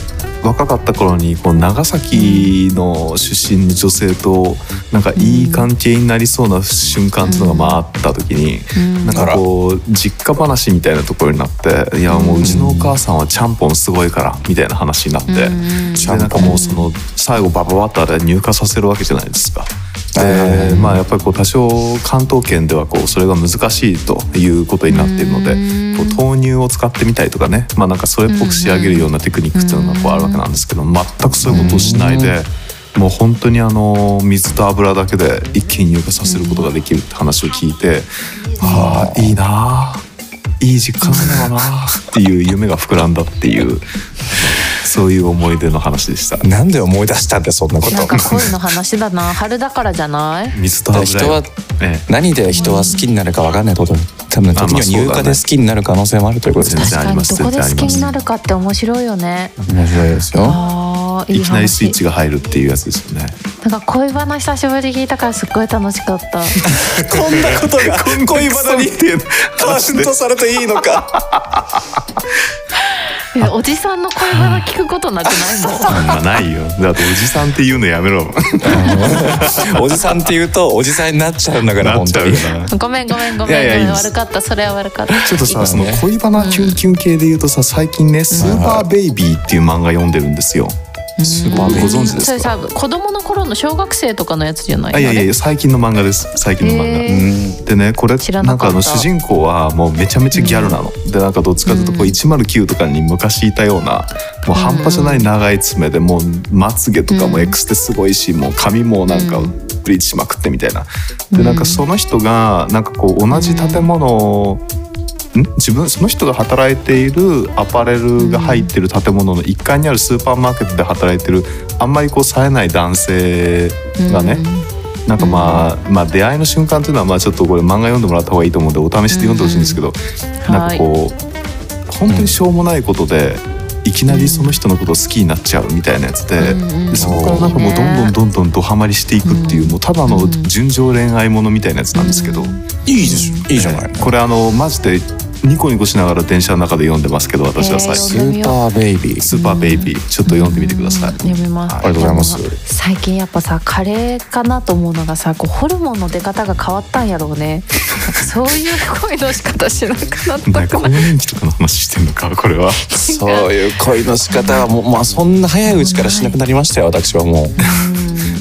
Speaker 3: 若かった頃にこう長崎の出身の女性となんかいい関係になりそうな瞬間っていうのがまああった時に
Speaker 4: うん
Speaker 3: なんかこう実家話みたいなところになって「いやもううちのお母さんはちゃんぽんすごいから」みたいな話になって。
Speaker 4: うん
Speaker 3: でなんかもうその最後バババッとあれ入荷させるわけじゃないですか。
Speaker 2: は
Speaker 3: でまあやっぱりこう多少関東圏ではこうそれが難しいということになっているのでこう豆乳を使ってみたりとかねまあなんかそれっぽく仕上げるようなテクニックっていうのがこうあるわけなんですけど全くそういうことをしないでもう本当にあの水と油だけで一気に乳化させることができるって話を聞いてああいいなあいい実感なのかなあっていう夢が膨らんだっていうそういう思い出の話でした。
Speaker 2: なんで思い出したんだよそんなこと
Speaker 4: なんか恋の話だな春だからじゃない
Speaker 3: 水と油よ
Speaker 2: 人は
Speaker 3: ええ
Speaker 2: 何で人は好きになるかわかんないってこと多分ね
Speaker 3: まあ
Speaker 2: 時には
Speaker 3: まあそ
Speaker 2: 入
Speaker 3: うだ
Speaker 2: 荷
Speaker 3: ね
Speaker 2: で好きになる可能性もあるということですね
Speaker 3: 全然あ
Speaker 4: 確か
Speaker 3: り
Speaker 4: に
Speaker 3: ます
Speaker 4: どこで好
Speaker 3: 全然あり
Speaker 4: き
Speaker 3: ます
Speaker 4: になるかって面白いよね
Speaker 2: 面白いですよ
Speaker 4: ああーいい
Speaker 3: いきなり
Speaker 4: 話
Speaker 3: スイッチが入るっていうやつですよね。
Speaker 4: なんか恋バナ久しぶりに聞いたからすっごい楽し
Speaker 3: *laughs*
Speaker 4: かった。
Speaker 2: こんなことが恋バナにカウントされていいのか
Speaker 4: いやおじさんの恋バナ聞くことなくないもん。
Speaker 3: あんまないよ。だっておじさんって言うのやめろ。
Speaker 2: おじさんって言うとおじさんになっちゃうんだから
Speaker 3: なっ
Speaker 2: 本
Speaker 3: ち
Speaker 2: 当
Speaker 3: ゃう
Speaker 2: に
Speaker 3: な。
Speaker 4: ごめんごめんごめんごめん
Speaker 3: *laughs* いやいやいいです
Speaker 4: 悪かったそれは悪かった。
Speaker 3: ちょっとさ、
Speaker 2: いいです
Speaker 3: その
Speaker 2: ね
Speaker 3: 恋バナキュンキュン系で言うとさ、最近ね、スーパーベイビーっていう漫画読んでるんですよ。
Speaker 2: すごいご存知で
Speaker 4: それ
Speaker 2: すか
Speaker 4: さ子供の頃の小学生とかのやつじゃない
Speaker 3: あ
Speaker 4: の
Speaker 3: いやいやいや、最近の漫画です。最近の漫画。
Speaker 4: へー
Speaker 2: うん
Speaker 3: でねこれ
Speaker 4: 知ら
Speaker 3: な
Speaker 4: なんか
Speaker 3: か
Speaker 4: った
Speaker 3: あの主人公はもうめちゃめちゃギャルなの、でなんかどっちかというとこう
Speaker 4: うん
Speaker 3: 109とかに昔いたようなもう半端じゃない長い爪でもうまつげとかも
Speaker 4: うん
Speaker 3: X ですごいしもう髪もなんか
Speaker 4: うん
Speaker 3: ブリーチしまくってみたいな
Speaker 4: う
Speaker 3: で
Speaker 4: ん
Speaker 3: なんかその人がなんかこう同じ建物をん自分その人が働いているアパレルが入ってる建物の1階にあるスーパーマーケットで働いてるあんまりこう冴えない男性がね、なんかまあ、まあ出会いの瞬間というのはまあちょっとこれ漫画読んでもらった方がいいと思うんでお試しで読んでほしいんですけど、なんかこう本当にしょうもないことで、いきなりその人のことを好きになっちゃうみたいなやつで。でそこからなんかもうどんどんどんどんドハマりしていくっていう、
Speaker 4: うん
Speaker 3: もうただの
Speaker 4: うん
Speaker 3: 純情恋愛ものみたいなやつなんですけど、
Speaker 2: いいでしょいいじゃない
Speaker 3: えーこれあのマジでニコニコしながら電車の中で読んでますけど私は最
Speaker 4: へ
Speaker 3: 近
Speaker 2: スー
Speaker 4: ー
Speaker 2: パーベイビー
Speaker 3: スーパーベイビー」ちょっと読んでみてください。
Speaker 4: うん読みます。
Speaker 2: ありがとうございます
Speaker 4: でも最近やっぱさカレーかなと思うのがさ、こうホルモンの出方が変わったんやろうね。なんかそういう恋の仕方しなくなっ
Speaker 3: ね
Speaker 4: た
Speaker 3: 更
Speaker 4: くない。
Speaker 3: 年期とかの話してんのかこれは。
Speaker 2: そういう恋の仕方はもうまあそんな早いうちからしなくなりましたよ私はもう
Speaker 4: *laughs*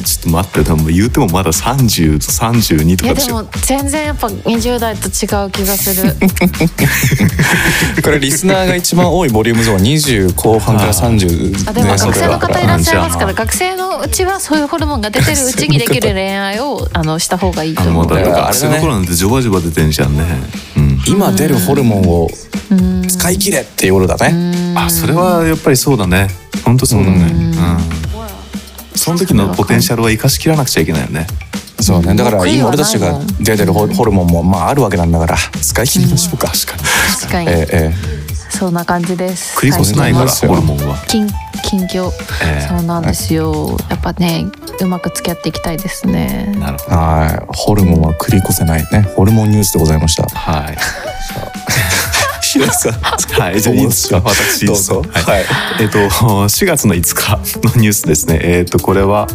Speaker 3: ちょっと待ってでも言うてもまだ30と32
Speaker 4: い
Speaker 3: と
Speaker 4: や
Speaker 3: かで
Speaker 4: で
Speaker 3: しょ
Speaker 4: も全然やっぱ20代と違う気がする。
Speaker 2: これリスナーが一番多いボリュームゾーン20後半から30
Speaker 4: あでも
Speaker 2: そ
Speaker 4: 学
Speaker 2: れ
Speaker 4: 生の
Speaker 2: は
Speaker 4: 方いらっしゃいますか
Speaker 3: う
Speaker 4: ら
Speaker 3: ん
Speaker 4: 学生のうちはそういうホルモンが出てるうちにできる恋愛をあのした方がいいと
Speaker 3: あの
Speaker 4: 思
Speaker 3: も
Speaker 4: う
Speaker 3: う。だって
Speaker 2: だからあ
Speaker 3: 学
Speaker 2: れだ
Speaker 3: 生
Speaker 2: ね
Speaker 3: の頃なんてジョバジョバ出てんじゃんね、う
Speaker 2: 今出るホルモンを
Speaker 4: うん
Speaker 2: 使い切れっていうことだね
Speaker 3: ん、あそれはやっぱりそうだねほんとそうだね
Speaker 4: うん
Speaker 3: うん、その時のポテンシャルは生かしきらなくちゃいけないよね
Speaker 2: そうねだから
Speaker 4: 悔い
Speaker 2: 今
Speaker 4: はない
Speaker 2: 俺
Speaker 4: もん
Speaker 2: たちが出てるホホルモンもまああるわけなんだから使い切りましょうか、確か
Speaker 4: 確か
Speaker 2: に
Speaker 4: に
Speaker 2: えええ
Speaker 4: そんな感じです。
Speaker 3: 繰り越せないから
Speaker 2: はい
Speaker 3: ホルモンは、
Speaker 4: 近近況、
Speaker 3: ええ
Speaker 4: そうなんですよ。やっぱねうまく付き合っていきたいですね。
Speaker 3: なるほ
Speaker 2: え
Speaker 3: ど
Speaker 2: はいホルモンは繰り越せないねホルモンニュースでございました
Speaker 3: はい *laughs*
Speaker 2: 平井さん
Speaker 3: はいじゃあいいですか私
Speaker 2: どうぞ
Speaker 3: はい
Speaker 2: はい
Speaker 3: *laughs* えっと4月の5日のニュースですね。えっとこれは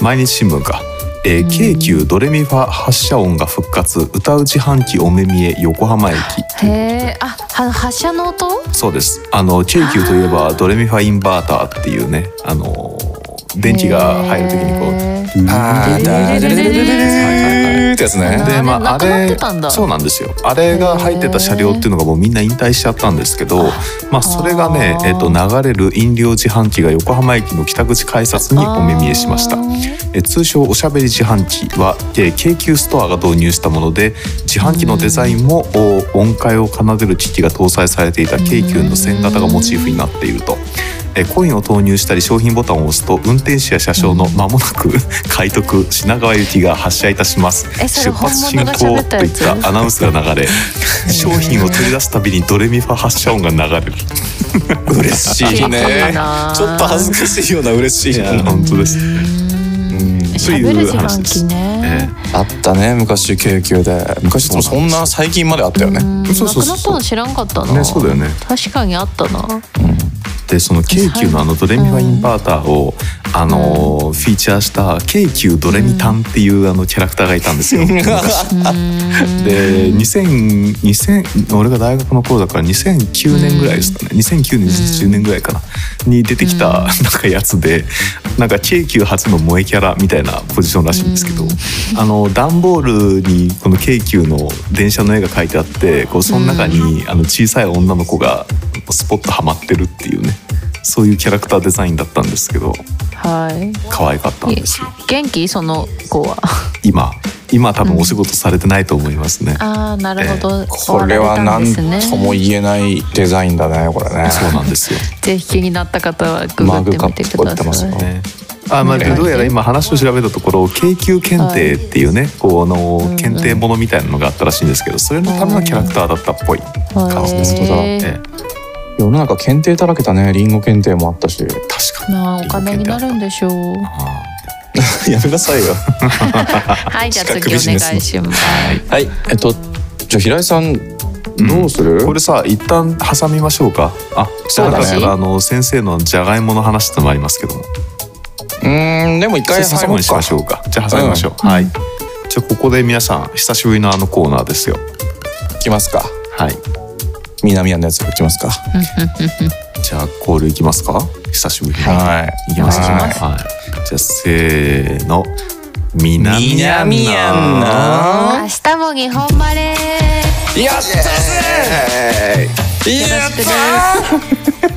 Speaker 3: 毎日新聞か。えー、京急ドレミファ発車音が復活歌う自販機お目見え横浜駅
Speaker 4: へえあは発射の音？
Speaker 3: そうですあの京急といえばドレミファインバーターっていうねあのー電気が入る時にこう
Speaker 4: う。
Speaker 2: あーだれれれれれれれーってやつね
Speaker 4: あ
Speaker 3: で
Speaker 4: れ
Speaker 3: まあ
Speaker 4: な
Speaker 3: あ
Speaker 4: くなっ
Speaker 3: れ
Speaker 4: てたんだ
Speaker 3: そうなんですよあれが入ってた車両っていうのがもうみんな引退しちゃったんですけどまあそれがね
Speaker 4: あ、ー
Speaker 3: えっと流れる飲料自販機が横浜駅の北口改札にお目見えしました
Speaker 4: あ。ー
Speaker 3: えー通称おしゃべり自販機は、えー京急ストアが導入したもので自販機のデザインも、お音階を奏でる機器が搭載されていた京急の線型がモチーフになっていると。えーコインを投入したり商品ボタンを押すと運転士や車掌の間もなく快特品川行きが発車いたします
Speaker 4: えそ
Speaker 3: 出
Speaker 4: れ
Speaker 3: 発進
Speaker 4: 本物が
Speaker 3: 行
Speaker 4: 喋った
Speaker 3: とい
Speaker 4: や
Speaker 3: っ
Speaker 4: つ
Speaker 3: たアナウンスが流
Speaker 4: *laughs*
Speaker 3: れ商品を取り出すたびにドレミファ発車音が流れる
Speaker 2: 嬉しい
Speaker 4: い
Speaker 2: ね
Speaker 4: いな
Speaker 2: ちょっと恥ずかしいような嬉しい
Speaker 3: いや
Speaker 2: な
Speaker 3: 本当ですねとい
Speaker 4: 喋る
Speaker 3: う
Speaker 4: 時
Speaker 3: 話
Speaker 4: 間
Speaker 3: です
Speaker 4: 機ね。
Speaker 2: あったね昔京急で昔ってそんな最近まであったよね
Speaker 4: うん
Speaker 3: そうそうそう
Speaker 4: なくなったの知らんかった
Speaker 3: えー
Speaker 4: な。
Speaker 3: ねそうだよね
Speaker 4: 確かにあったな。
Speaker 3: でその京急のあのドレミファインバーターを、あのーフィーチャーした京急ドレミタンっていうあのキャラクターがいたんですよ。で2000 2000俺が大学の頃だから2009年ぐらいですかね2009年10年ぐらいかなに出てきた *laughs* なんかやつでなんか京急初の萌えキャラみたいなポジションらしいんですけどあの段ボールにこの京急の電車の絵が描いてあってこうその中にあの小さい女の子がスポッとはまってるっていうねそういうキャラクターデザインだったんですけど
Speaker 4: はい。
Speaker 3: 可愛かったんですよ
Speaker 4: 元気その子は。
Speaker 3: 今今多分お仕事されてないと思いますね。
Speaker 4: ああなるほど。
Speaker 2: これは何とも言えないデザインだねこれね
Speaker 3: そうなんですよ
Speaker 4: ぜひ気になった方はググってみてく
Speaker 2: マグカップ売って
Speaker 4: だ
Speaker 2: ます
Speaker 4: さい
Speaker 2: よ。
Speaker 3: ね。あまあ、
Speaker 4: ね
Speaker 3: どうやら今話を調べたところ京急検定っていうね、こうあの検定ものみたいなのがあったらしいんですけどそれのためのキャラクターだったっぽい
Speaker 4: うん
Speaker 3: 感じです
Speaker 4: へー
Speaker 3: ええ
Speaker 2: 世の中検定だらけだねリンゴ検定もあったし
Speaker 3: 確かに
Speaker 4: まあお金になるんでしょう。
Speaker 3: あ
Speaker 2: やめなさいよ
Speaker 4: はい、じゃあ
Speaker 3: 近く
Speaker 4: 次お
Speaker 3: ビジ
Speaker 4: 願
Speaker 3: ネスの
Speaker 4: いします。
Speaker 2: はいえっとじゃあ平井さんどうする、
Speaker 3: ーこれさ一旦挟みましょうかあ
Speaker 2: そうだね
Speaker 3: なんかあの先生のじゃがいもの話ってのもありますけども
Speaker 2: うーんでも一回
Speaker 3: 最後にしましょうかじゃあ挟みましょう、
Speaker 4: うん
Speaker 3: はいじゃあここで皆さん久しぶりのあのコーナーですよ
Speaker 2: いきますか
Speaker 3: はい
Speaker 2: 南アのやついきますか
Speaker 3: じゃあコールいきますか久しぶりに
Speaker 2: はい
Speaker 3: いきます
Speaker 2: は
Speaker 3: ね
Speaker 2: い
Speaker 3: はいじゃあせーの南アンナ
Speaker 2: 南アンナ
Speaker 4: 明日も日本晴れ。
Speaker 2: やったぜやっ
Speaker 4: よろしくです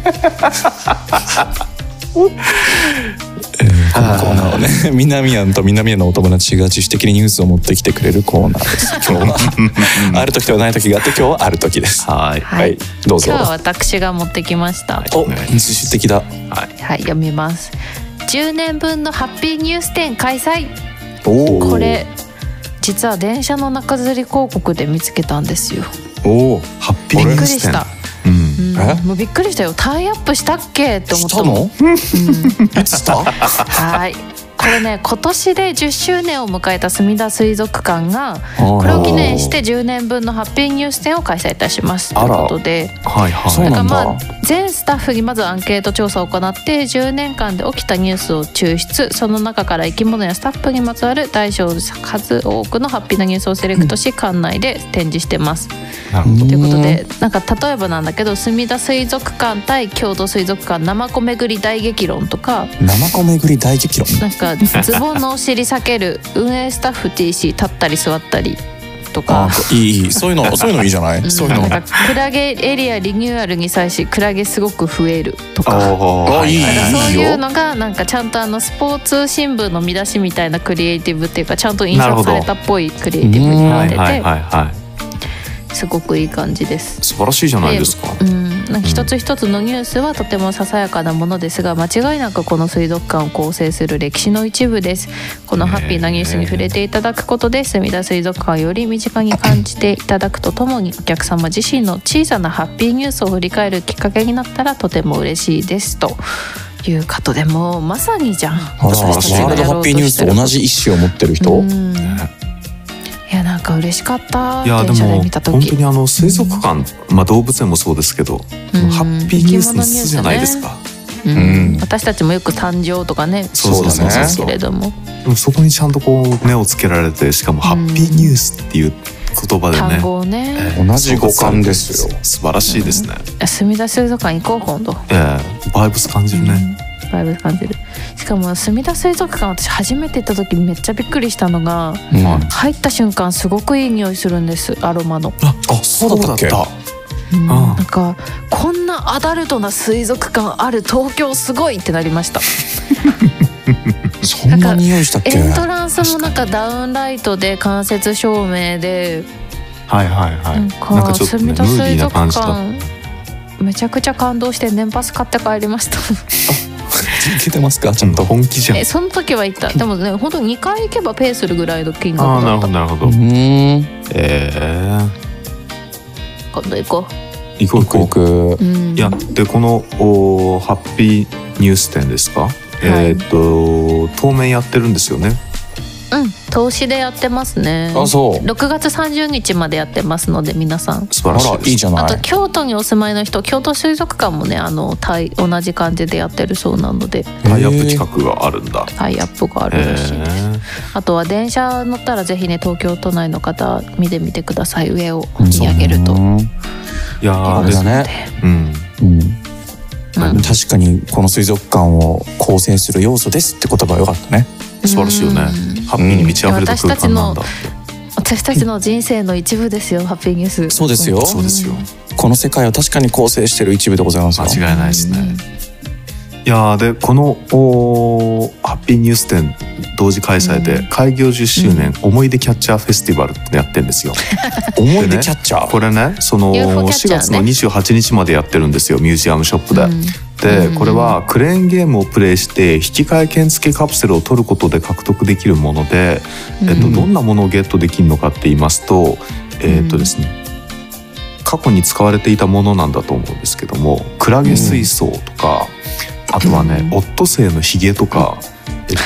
Speaker 2: たーこのコーナーをね南アンと南アンのお友達が自主的にニュースを持ってきてくれるコーナーです今日はある時とない時があって今日はある時です
Speaker 3: はい
Speaker 4: はい
Speaker 2: はい、どうぞ
Speaker 4: 今日は私が持ってきました。
Speaker 2: お
Speaker 3: ね
Speaker 2: 自主的だ
Speaker 4: はい、読みます。10年分のハッピーニュース展開催。
Speaker 2: お
Speaker 4: これ実は電車の中吊り広告で見つけたんですよ。
Speaker 2: おお
Speaker 3: ハッピ
Speaker 4: び
Speaker 3: ー
Speaker 4: っ
Speaker 3: ニュー
Speaker 4: くり
Speaker 3: ス
Speaker 4: し
Speaker 3: 展
Speaker 4: た。
Speaker 3: うん
Speaker 4: うん
Speaker 2: え
Speaker 4: もうびっくりしたよ。タイアップしたっけって思っ
Speaker 2: したた
Speaker 4: もん
Speaker 2: の
Speaker 4: うん
Speaker 2: いつ *laughs* した
Speaker 4: はい。これね今年で10周年を迎えたすみだ水族館がこ
Speaker 2: こ
Speaker 4: れを記念して10年分のハッピーニュース展を開催いたしますと
Speaker 3: あ
Speaker 4: い
Speaker 3: ら
Speaker 4: うことで
Speaker 3: はいはい
Speaker 2: そう
Speaker 4: だか
Speaker 2: な
Speaker 4: ら
Speaker 2: ん
Speaker 4: ま
Speaker 2: だ
Speaker 4: あ全スタッフにまずアンケート調査を行って10年間で起きたニュースを抽出その中から生き物やスタッフにまつわる大小数多くのハッピーなニュースをセレクトし、館内で展示してます。
Speaker 3: なるほど
Speaker 4: ということでなんか例えばなんだけど墨田水族館対京都水族館ナマコ巡り大激論とか。
Speaker 2: 生子巡り大激論
Speaker 4: なんかズボンのお尻避ける運営スタッフ TC 立ったり座ったりと
Speaker 2: あ
Speaker 4: か。
Speaker 2: いいいいそういうのそういうのいいじゃな
Speaker 4: うん
Speaker 2: いそういう
Speaker 4: な
Speaker 2: の
Speaker 4: んかクラゲエリアリニューアルに際しクラゲすごく増えるとか
Speaker 3: あ
Speaker 2: あいい
Speaker 4: だから
Speaker 2: いい
Speaker 4: そう
Speaker 2: よ
Speaker 4: いうのがなんかちゃんとあのスポーツ新聞の見出しみたいなクリエイティブっていうかちゃんと印
Speaker 3: なるほ
Speaker 4: 刷
Speaker 3: ど
Speaker 4: されたっぽいクリエイティブにな
Speaker 3: は
Speaker 4: っ
Speaker 3: い
Speaker 4: て
Speaker 3: はい
Speaker 4: て
Speaker 3: はいはい
Speaker 4: すごくいい感じです。
Speaker 3: 素晴らしいじゃないですか
Speaker 4: うん、なんか一つ一つのニュースはとてもささやかなものですが間違いなくこの水族館を構成する歴史の一部ですこのハッピーなニュースに触れていただくことで墨田水族館をより身近に感じていただくとともにお客様自身の小さなハッピーニュースを振り返るきっかけになったらとても嬉しいですということでもうまさにじゃん
Speaker 2: あらワ
Speaker 4: 私たちが
Speaker 2: ールドハッピーニュースと同じ意思を持ってる人、
Speaker 4: うんいやなんか嬉しかった
Speaker 3: いやで
Speaker 4: 電車で
Speaker 3: も
Speaker 4: 見た
Speaker 3: 本
Speaker 4: 時
Speaker 3: 当にあの水族館まあ動物園もそうですけど
Speaker 4: うん
Speaker 3: ハッピーニュースの質じゃないですか
Speaker 4: うん
Speaker 2: うん
Speaker 4: 私たちもよく誕生とかね
Speaker 3: そう
Speaker 2: だね
Speaker 4: 言いますけれども
Speaker 3: でもそこにちゃんとこう目をつけられてしかもハッピーニュースっていう言葉でね
Speaker 4: 単語をね
Speaker 2: 同じ五感ですよ
Speaker 3: 素晴らしいですね
Speaker 4: 墨田水族館行こう今度
Speaker 3: ええバイブス感じるね
Speaker 4: だいぶ感じるしかも墨田水族館私初めて行った時めっちゃびっくりしたのが
Speaker 2: うん
Speaker 3: はい
Speaker 4: 入った瞬間すごくいい匂いするんですアロマの、
Speaker 3: あそうだった
Speaker 4: うん
Speaker 3: ああ
Speaker 4: なんかこんなアダルトな水族館ある東京すごいってなりました
Speaker 2: そんな匂いしたっけ
Speaker 4: エントランスもなんかダウンライトで間接照明で
Speaker 3: はいはいは
Speaker 4: な
Speaker 3: な
Speaker 4: ん
Speaker 3: ん
Speaker 4: か
Speaker 3: かちょっとね
Speaker 4: 墨田
Speaker 3: ムーディ
Speaker 4: 水
Speaker 3: ーな
Speaker 4: 族
Speaker 3: 感じだ
Speaker 4: 館めちゃくちゃ感動して年パス買って帰り
Speaker 3: *laughs*
Speaker 4: ました
Speaker 2: 聞けてますかち
Speaker 3: ち
Speaker 2: ゃ
Speaker 3: ゃ
Speaker 2: ん
Speaker 3: んと
Speaker 2: と、
Speaker 3: 本気じゃん
Speaker 4: えその時は行ったでもね本当に2回行けばペイするぐらいの金額
Speaker 3: ああな
Speaker 4: だ
Speaker 3: る
Speaker 4: っ
Speaker 3: ほ
Speaker 4: た
Speaker 3: どなるほ
Speaker 2: う
Speaker 3: ど
Speaker 2: ーん
Speaker 3: え
Speaker 4: 今度行こ
Speaker 3: え行こう
Speaker 2: ご
Speaker 3: 行こ
Speaker 2: く
Speaker 3: う
Speaker 2: ごく
Speaker 4: う、う
Speaker 3: い
Speaker 4: ん、
Speaker 3: やでこのおハッピーニュース展ですか、えーっと当面やってるんですよね
Speaker 4: うん投資でやってますね
Speaker 2: あそう
Speaker 4: 6月30日までやってますので皆さん
Speaker 3: 素晴
Speaker 2: あ
Speaker 3: らしい
Speaker 2: ら
Speaker 3: です
Speaker 2: いいじゃな
Speaker 4: あと
Speaker 2: い
Speaker 4: 京都にお住まいの人京都水族館もねあのタイ同じ感じでやってるそうなので
Speaker 3: タイアップ企画があるんだ
Speaker 4: タイアップがあ
Speaker 3: へ
Speaker 4: るらしいですあとは電車乗ったらぜひね東京都内の方見てみてください上を見上げると。
Speaker 2: うん
Speaker 3: えいや
Speaker 2: あ
Speaker 3: ー
Speaker 2: れ
Speaker 3: で
Speaker 2: だね、
Speaker 3: うん
Speaker 2: うん、
Speaker 4: うん
Speaker 2: 確かにこの水族館を構成する要素ですって言葉が良かったね
Speaker 3: 素晴らしいよね
Speaker 4: うん
Speaker 3: ハッピーに満ち溢れた空間なんだ
Speaker 4: 私たちの人生の一部ですよハッピーニュース
Speaker 2: そうですよ
Speaker 4: 本当に
Speaker 3: そうですよ
Speaker 2: この世界を確かに構成してる一部でございますよ
Speaker 3: 間違いないですねいやーでこのおーハッピーニュース展同時開催で
Speaker 4: う
Speaker 3: 開業10周年思い出キャッチャーフェスティバルってやってるんです
Speaker 4: *laughs*
Speaker 3: よ
Speaker 2: 思い出キャッチャー、
Speaker 3: これねその
Speaker 4: UFO キャッチ
Speaker 3: 4
Speaker 4: ャーね
Speaker 3: 月の28日までやってるんですよミュージアムショップで、
Speaker 4: うん
Speaker 3: で、
Speaker 4: うん
Speaker 3: これはクレーンゲームをプレイして引き換え券付きカプセルを取ることで獲得できるもので、えっ
Speaker 4: う
Speaker 3: と、
Speaker 4: ん
Speaker 3: どんなものをゲットできるのかって言いますと、えっとですね過去に使われていたものなんだと思うんですけども、もクラゲ水槽とか、あとはね、オットセイのヒゲとか、えっと、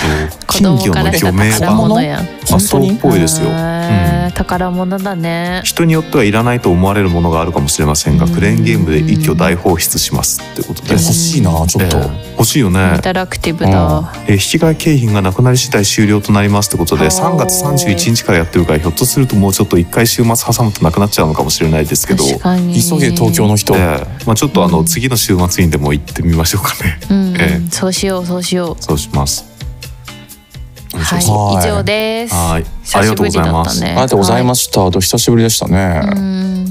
Speaker 4: 子
Speaker 3: 金
Speaker 4: 供
Speaker 3: 魚
Speaker 4: から
Speaker 3: の
Speaker 4: した
Speaker 3: 魚名
Speaker 4: 宝
Speaker 3: は
Speaker 4: 物や
Speaker 3: あそうっぽいですよ。
Speaker 4: へー
Speaker 3: う
Speaker 4: 宝物だね
Speaker 3: 人によってはいらないと思われるものがあるかもしれませんが、
Speaker 4: うん
Speaker 3: クレーンゲームで一挙大放出しますってこと
Speaker 2: え
Speaker 3: で
Speaker 2: 欲
Speaker 3: す。
Speaker 2: しいなちょっと、
Speaker 3: えー欲しいよね
Speaker 4: イン。タラクティブだ、
Speaker 3: えー引き換え景品がなくなり次第終了となりますってこと
Speaker 4: は
Speaker 3: で
Speaker 4: い
Speaker 3: 3月31日からやってるからひょっとするともうちょっと1回週末挟むとなくなっちゃうのかもしれないですけど、
Speaker 4: 確かに
Speaker 2: 急げ東京の人、
Speaker 3: えーまあ、ちょっとあの次の週末にでも行ってみましょうかね
Speaker 4: うんうん
Speaker 3: え
Speaker 4: そうしようそうしよ
Speaker 3: *laughs* そうします
Speaker 4: うはい
Speaker 2: はい
Speaker 4: 以上です
Speaker 3: はいあ
Speaker 4: 久
Speaker 3: り
Speaker 4: し
Speaker 3: がとう
Speaker 4: ぶ
Speaker 3: ご
Speaker 4: り
Speaker 3: ざい
Speaker 4: だっ
Speaker 3: ま
Speaker 4: た
Speaker 3: す、
Speaker 4: ね
Speaker 2: ありがとうございました、と久しぶりでしたね、
Speaker 4: はいうん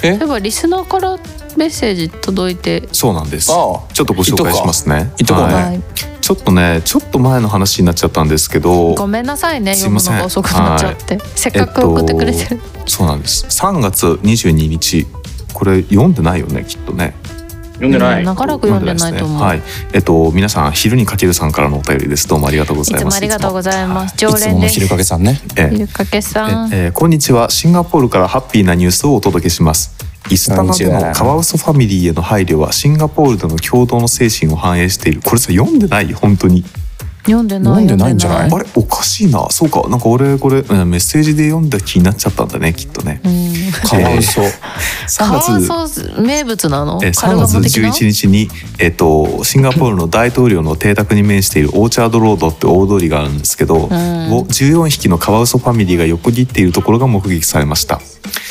Speaker 2: え
Speaker 4: 例えばリスナーからメッセージ届いて
Speaker 3: そうなんです
Speaker 2: ああ
Speaker 3: ちょっとご紹介しますね
Speaker 2: いっとこうね
Speaker 3: はい
Speaker 2: い
Speaker 4: はい
Speaker 3: ちょっとねちょっと前の話になっちゃったんですけど
Speaker 4: ごめんなさいね
Speaker 3: すい
Speaker 4: 読
Speaker 3: ま
Speaker 4: む
Speaker 3: せ
Speaker 4: の
Speaker 3: ん
Speaker 4: が遅くなっちゃって、せっかく送ってくれてる、
Speaker 3: そうなんです3月22日これ読んでないよねきっとね
Speaker 2: 読
Speaker 4: うん長らく読んでないと思う、
Speaker 3: はい。えっと皆さん昼にかけるさんからのお便りです。どうもありがとうご
Speaker 4: い
Speaker 3: ざい
Speaker 4: つ
Speaker 3: ま
Speaker 4: も
Speaker 3: す。
Speaker 4: ありがとうございま
Speaker 2: い
Speaker 4: す常
Speaker 2: つも
Speaker 4: 連
Speaker 2: の
Speaker 4: です
Speaker 2: 昼影さんね
Speaker 3: ええ
Speaker 4: ゆるかけさん
Speaker 3: ええーこんにちは。シンガポールからハッピーなニュースをお届けします。イスタナ
Speaker 2: こ
Speaker 3: で
Speaker 2: んにちは
Speaker 3: のカワウソファミリーへの配慮はシンガポールでの共同の精神を反映している。これさ読んでない本当に。
Speaker 4: 読んでな
Speaker 2: 読
Speaker 4: い
Speaker 2: んでないんじゃない
Speaker 4: 読
Speaker 3: あれおかしいな。そうか。なんか俺これ、うんメッセージで読んだ気になっちゃったんだねきっとね。
Speaker 4: でないうん
Speaker 2: カワウソ、
Speaker 4: カ
Speaker 3: 3
Speaker 4: ワ
Speaker 3: 月
Speaker 4: ウソ名物なの
Speaker 3: えー
Speaker 4: カ
Speaker 3: 3
Speaker 4: ルガ
Speaker 3: 月
Speaker 4: モ的な
Speaker 3: 11日に、えっとシンガポールの大統領の邸宅に面しているオーチャードロードって大通りがあるんですけど、
Speaker 4: ん
Speaker 3: を14匹のカワウソファミリーが横切っているところが目撃されました、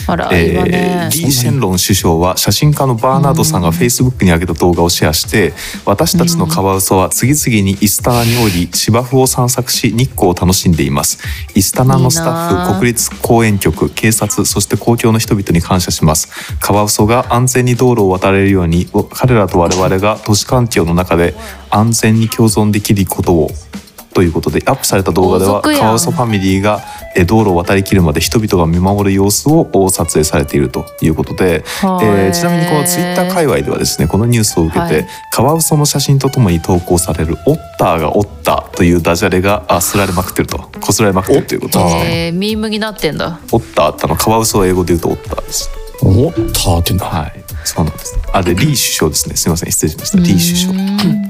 Speaker 4: あら、
Speaker 3: え
Speaker 4: 今
Speaker 3: ー
Speaker 4: ね
Speaker 3: リー・シェンロン首相は写真家のバーナードさんがフェイスブックに上げた動画をシェアして私たちのカワウソは次々にイスタナに降り芝生を散策し日光を楽しんでいますイスタナのスタ
Speaker 4: いい
Speaker 3: ッ
Speaker 4: なあ
Speaker 3: フ国立公園局警察そして公共の人々に感謝しますカワウソが安全に道路を渡れるように彼らと我々が都市環境の中で安全に共存できることをということでアップされた動画で
Speaker 4: 王
Speaker 3: は
Speaker 4: 族やん
Speaker 3: カワウソファミリーがえー道路を渡りきるまで人々が見守る様子をお撮影されているということで、
Speaker 4: は
Speaker 3: え
Speaker 4: い
Speaker 3: ーちなみにこのツイッター界隈ではですねこのニュースを受けて、
Speaker 4: はい
Speaker 3: カワウソの写真とともに投稿される「オッターがおった」というダジャレがあすられまくってるとこすられまくってるということですね。
Speaker 4: えーミームになってんだ
Speaker 3: オッターってあのカワウソを英語で言うとオッターです。
Speaker 2: おターってな
Speaker 3: はい、そうなんです。あでリー首相ですね。すみません失礼しました。リー首相。
Speaker 4: うん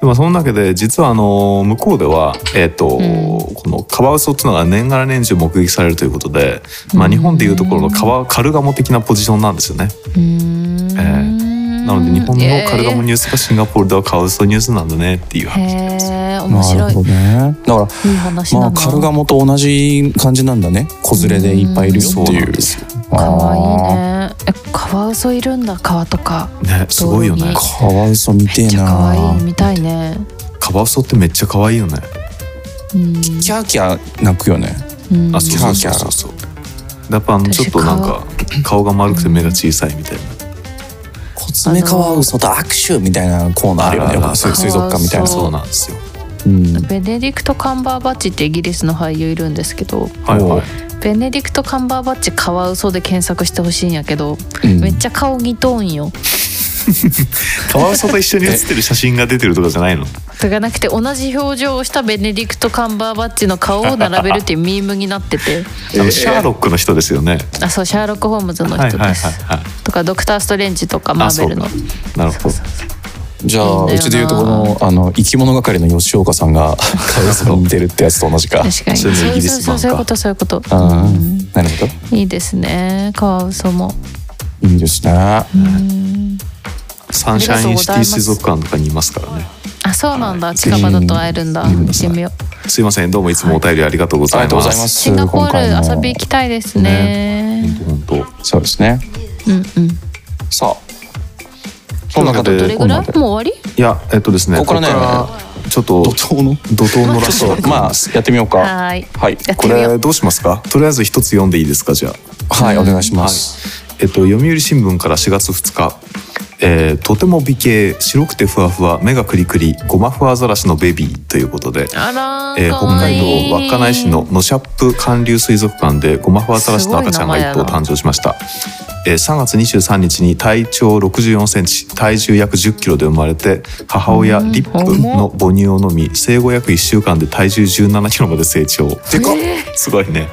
Speaker 3: でもその中で実はあの向こうでは、えーと
Speaker 4: う
Speaker 3: このカワウソっていうのが年がら年中目撃されるということで、まあ、日本でいうところのカワカルガモ的なポジションなんですよね。
Speaker 4: うん
Speaker 3: えなので日本のカルガモニュースがシンガポールではカワウソニュースなんだねっていう
Speaker 4: へ
Speaker 3: 話なんです。
Speaker 4: え面
Speaker 2: な
Speaker 4: 白
Speaker 2: る
Speaker 4: い
Speaker 2: ほどねだから
Speaker 4: いい話
Speaker 2: ま
Speaker 4: な
Speaker 2: あ
Speaker 4: んだ
Speaker 2: カルガモと同じ感じなんだね子連れでいっぱいいるよ
Speaker 3: そう
Speaker 2: ってい
Speaker 3: な
Speaker 2: うん
Speaker 3: ですよ。
Speaker 4: かわいいねえカワウソいるんだ川とか
Speaker 3: ねすごいよね
Speaker 4: 道路。
Speaker 2: カワウソ見て
Speaker 4: め
Speaker 2: え
Speaker 4: っちゃかわ
Speaker 2: ない
Speaker 4: いみたいね
Speaker 3: カワウソってめっちゃ可愛いよね。
Speaker 4: うん
Speaker 2: キャーキャー泣くよね
Speaker 4: うん
Speaker 3: あそうそうそうそうそう。やっぱあのちょっとなんか顔が丸くて目が小さいみたいな。
Speaker 2: コツメカワウソと握手みたいなコーナーあるよね
Speaker 3: あ
Speaker 2: よ
Speaker 3: るある
Speaker 2: くそういう水族館みたいな
Speaker 4: カ
Speaker 3: そ
Speaker 4: ワ
Speaker 3: う
Speaker 4: ウソ
Speaker 3: なんですよ。
Speaker 2: うん
Speaker 4: ベネディクト・カンバーバッチってイギリスの俳優いるんですけど
Speaker 3: はいはい。
Speaker 4: ベネディクト・カンバーバッチカワウソで検索してほしいんやけど、
Speaker 2: うん
Speaker 4: めっちゃ顔似とんよ
Speaker 3: カワウソと一緒に写ってる写真が出てるとかじゃ
Speaker 4: *laughs*
Speaker 3: ないの。
Speaker 4: とかなくて同じ表情をしたベネディクト・カンバーバッチの顔を並べるっていうミームになってて
Speaker 3: あのシャーロックの人ですよね。
Speaker 4: あそうシャーロック・ホームズの人です、
Speaker 3: はい。
Speaker 4: とかドクター・ストレンジとかマ
Speaker 3: あ、
Speaker 4: ー
Speaker 3: そ
Speaker 4: ベ
Speaker 3: う
Speaker 4: ル
Speaker 3: か
Speaker 4: の。
Speaker 3: なるほど。
Speaker 2: じゃあ
Speaker 4: いいんだよな
Speaker 2: うちでいうとこのあの生き物係の吉岡さんがカワウソに似てるってやつと同じか
Speaker 4: 確かに
Speaker 3: そ
Speaker 4: そうう
Speaker 3: いうのイギリ
Speaker 4: そう
Speaker 3: ス
Speaker 4: そ
Speaker 3: 版
Speaker 4: う
Speaker 3: か
Speaker 4: そういうことそういうこと、
Speaker 2: う
Speaker 4: うん
Speaker 2: んなるほ
Speaker 4: いいですねカワウソも
Speaker 2: どいいですね
Speaker 4: うん
Speaker 3: サンシャインシティ水族館とかにいますからね。
Speaker 4: あそうなんだ、
Speaker 3: はい
Speaker 4: 近場だと会えるんだ
Speaker 3: うん
Speaker 4: 行ってみよう
Speaker 3: すいません、どうもいつもお便りありがとうご
Speaker 2: あり
Speaker 3: ざい
Speaker 2: がとう
Speaker 3: ま
Speaker 2: ござい
Speaker 3: す。
Speaker 2: ます
Speaker 4: シンガポ
Speaker 2: 今回
Speaker 4: ー
Speaker 2: も
Speaker 4: ル遊び行きたいですね
Speaker 3: 本当本
Speaker 2: そうですね
Speaker 4: うんうん
Speaker 2: さあそんなこと
Speaker 3: えー
Speaker 4: ど
Speaker 2: で
Speaker 4: れぐらい
Speaker 2: ここまで
Speaker 4: もう終わり
Speaker 3: 当。いや、えっとですね。
Speaker 2: ここからね
Speaker 3: こからちょっと
Speaker 2: 怒涛の
Speaker 3: 怒涛のラス
Speaker 2: ち
Speaker 3: ト
Speaker 2: ょっ。とまあやってみようか
Speaker 4: はーい
Speaker 2: はい
Speaker 4: やって
Speaker 3: こ
Speaker 4: みよう
Speaker 3: れどうしますか。とりあえず一つ読んでいいですか、じゃあ。
Speaker 2: はいお願いします
Speaker 3: えっと、読売新聞から4月2日、えーとても美形白くてふわふわ目がクリクリゴマフアザラシのベビー」ということで、
Speaker 4: あらー
Speaker 3: えー
Speaker 4: か
Speaker 3: 北
Speaker 4: わい
Speaker 3: 海
Speaker 4: い
Speaker 3: 道稚内市のノシャップ寒流水族館でゴマフアザラシの赤ちゃんが1頭誕生しました。えー3月23日に体長64センチ体重約10キロで生まれて母親リップの母乳を飲み生後約1週間で体重17キロまで成長
Speaker 2: でかっ
Speaker 3: すごいね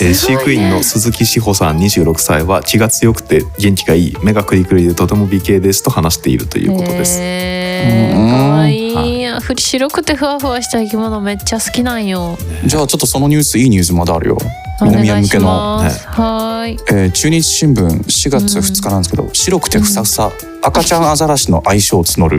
Speaker 3: えー飼育員の鈴木志保さん26歳は気が強くて元気がいい目がクリクリでとても美形ですと話しているということです。
Speaker 4: へ
Speaker 2: うん
Speaker 4: ーかわいい、ふり白くてふわふわした生き物めっちゃ好きなんよ。
Speaker 2: じゃあちょっとそのニュースいいニュースまだあるよ
Speaker 4: お
Speaker 2: 南
Speaker 4: 願
Speaker 2: 谷向
Speaker 4: いし
Speaker 2: けの、
Speaker 4: ます。はーい。
Speaker 2: えー中日新聞4月2日なんですけど、白くてふさふさ赤ちゃんアザラシの愛称を募る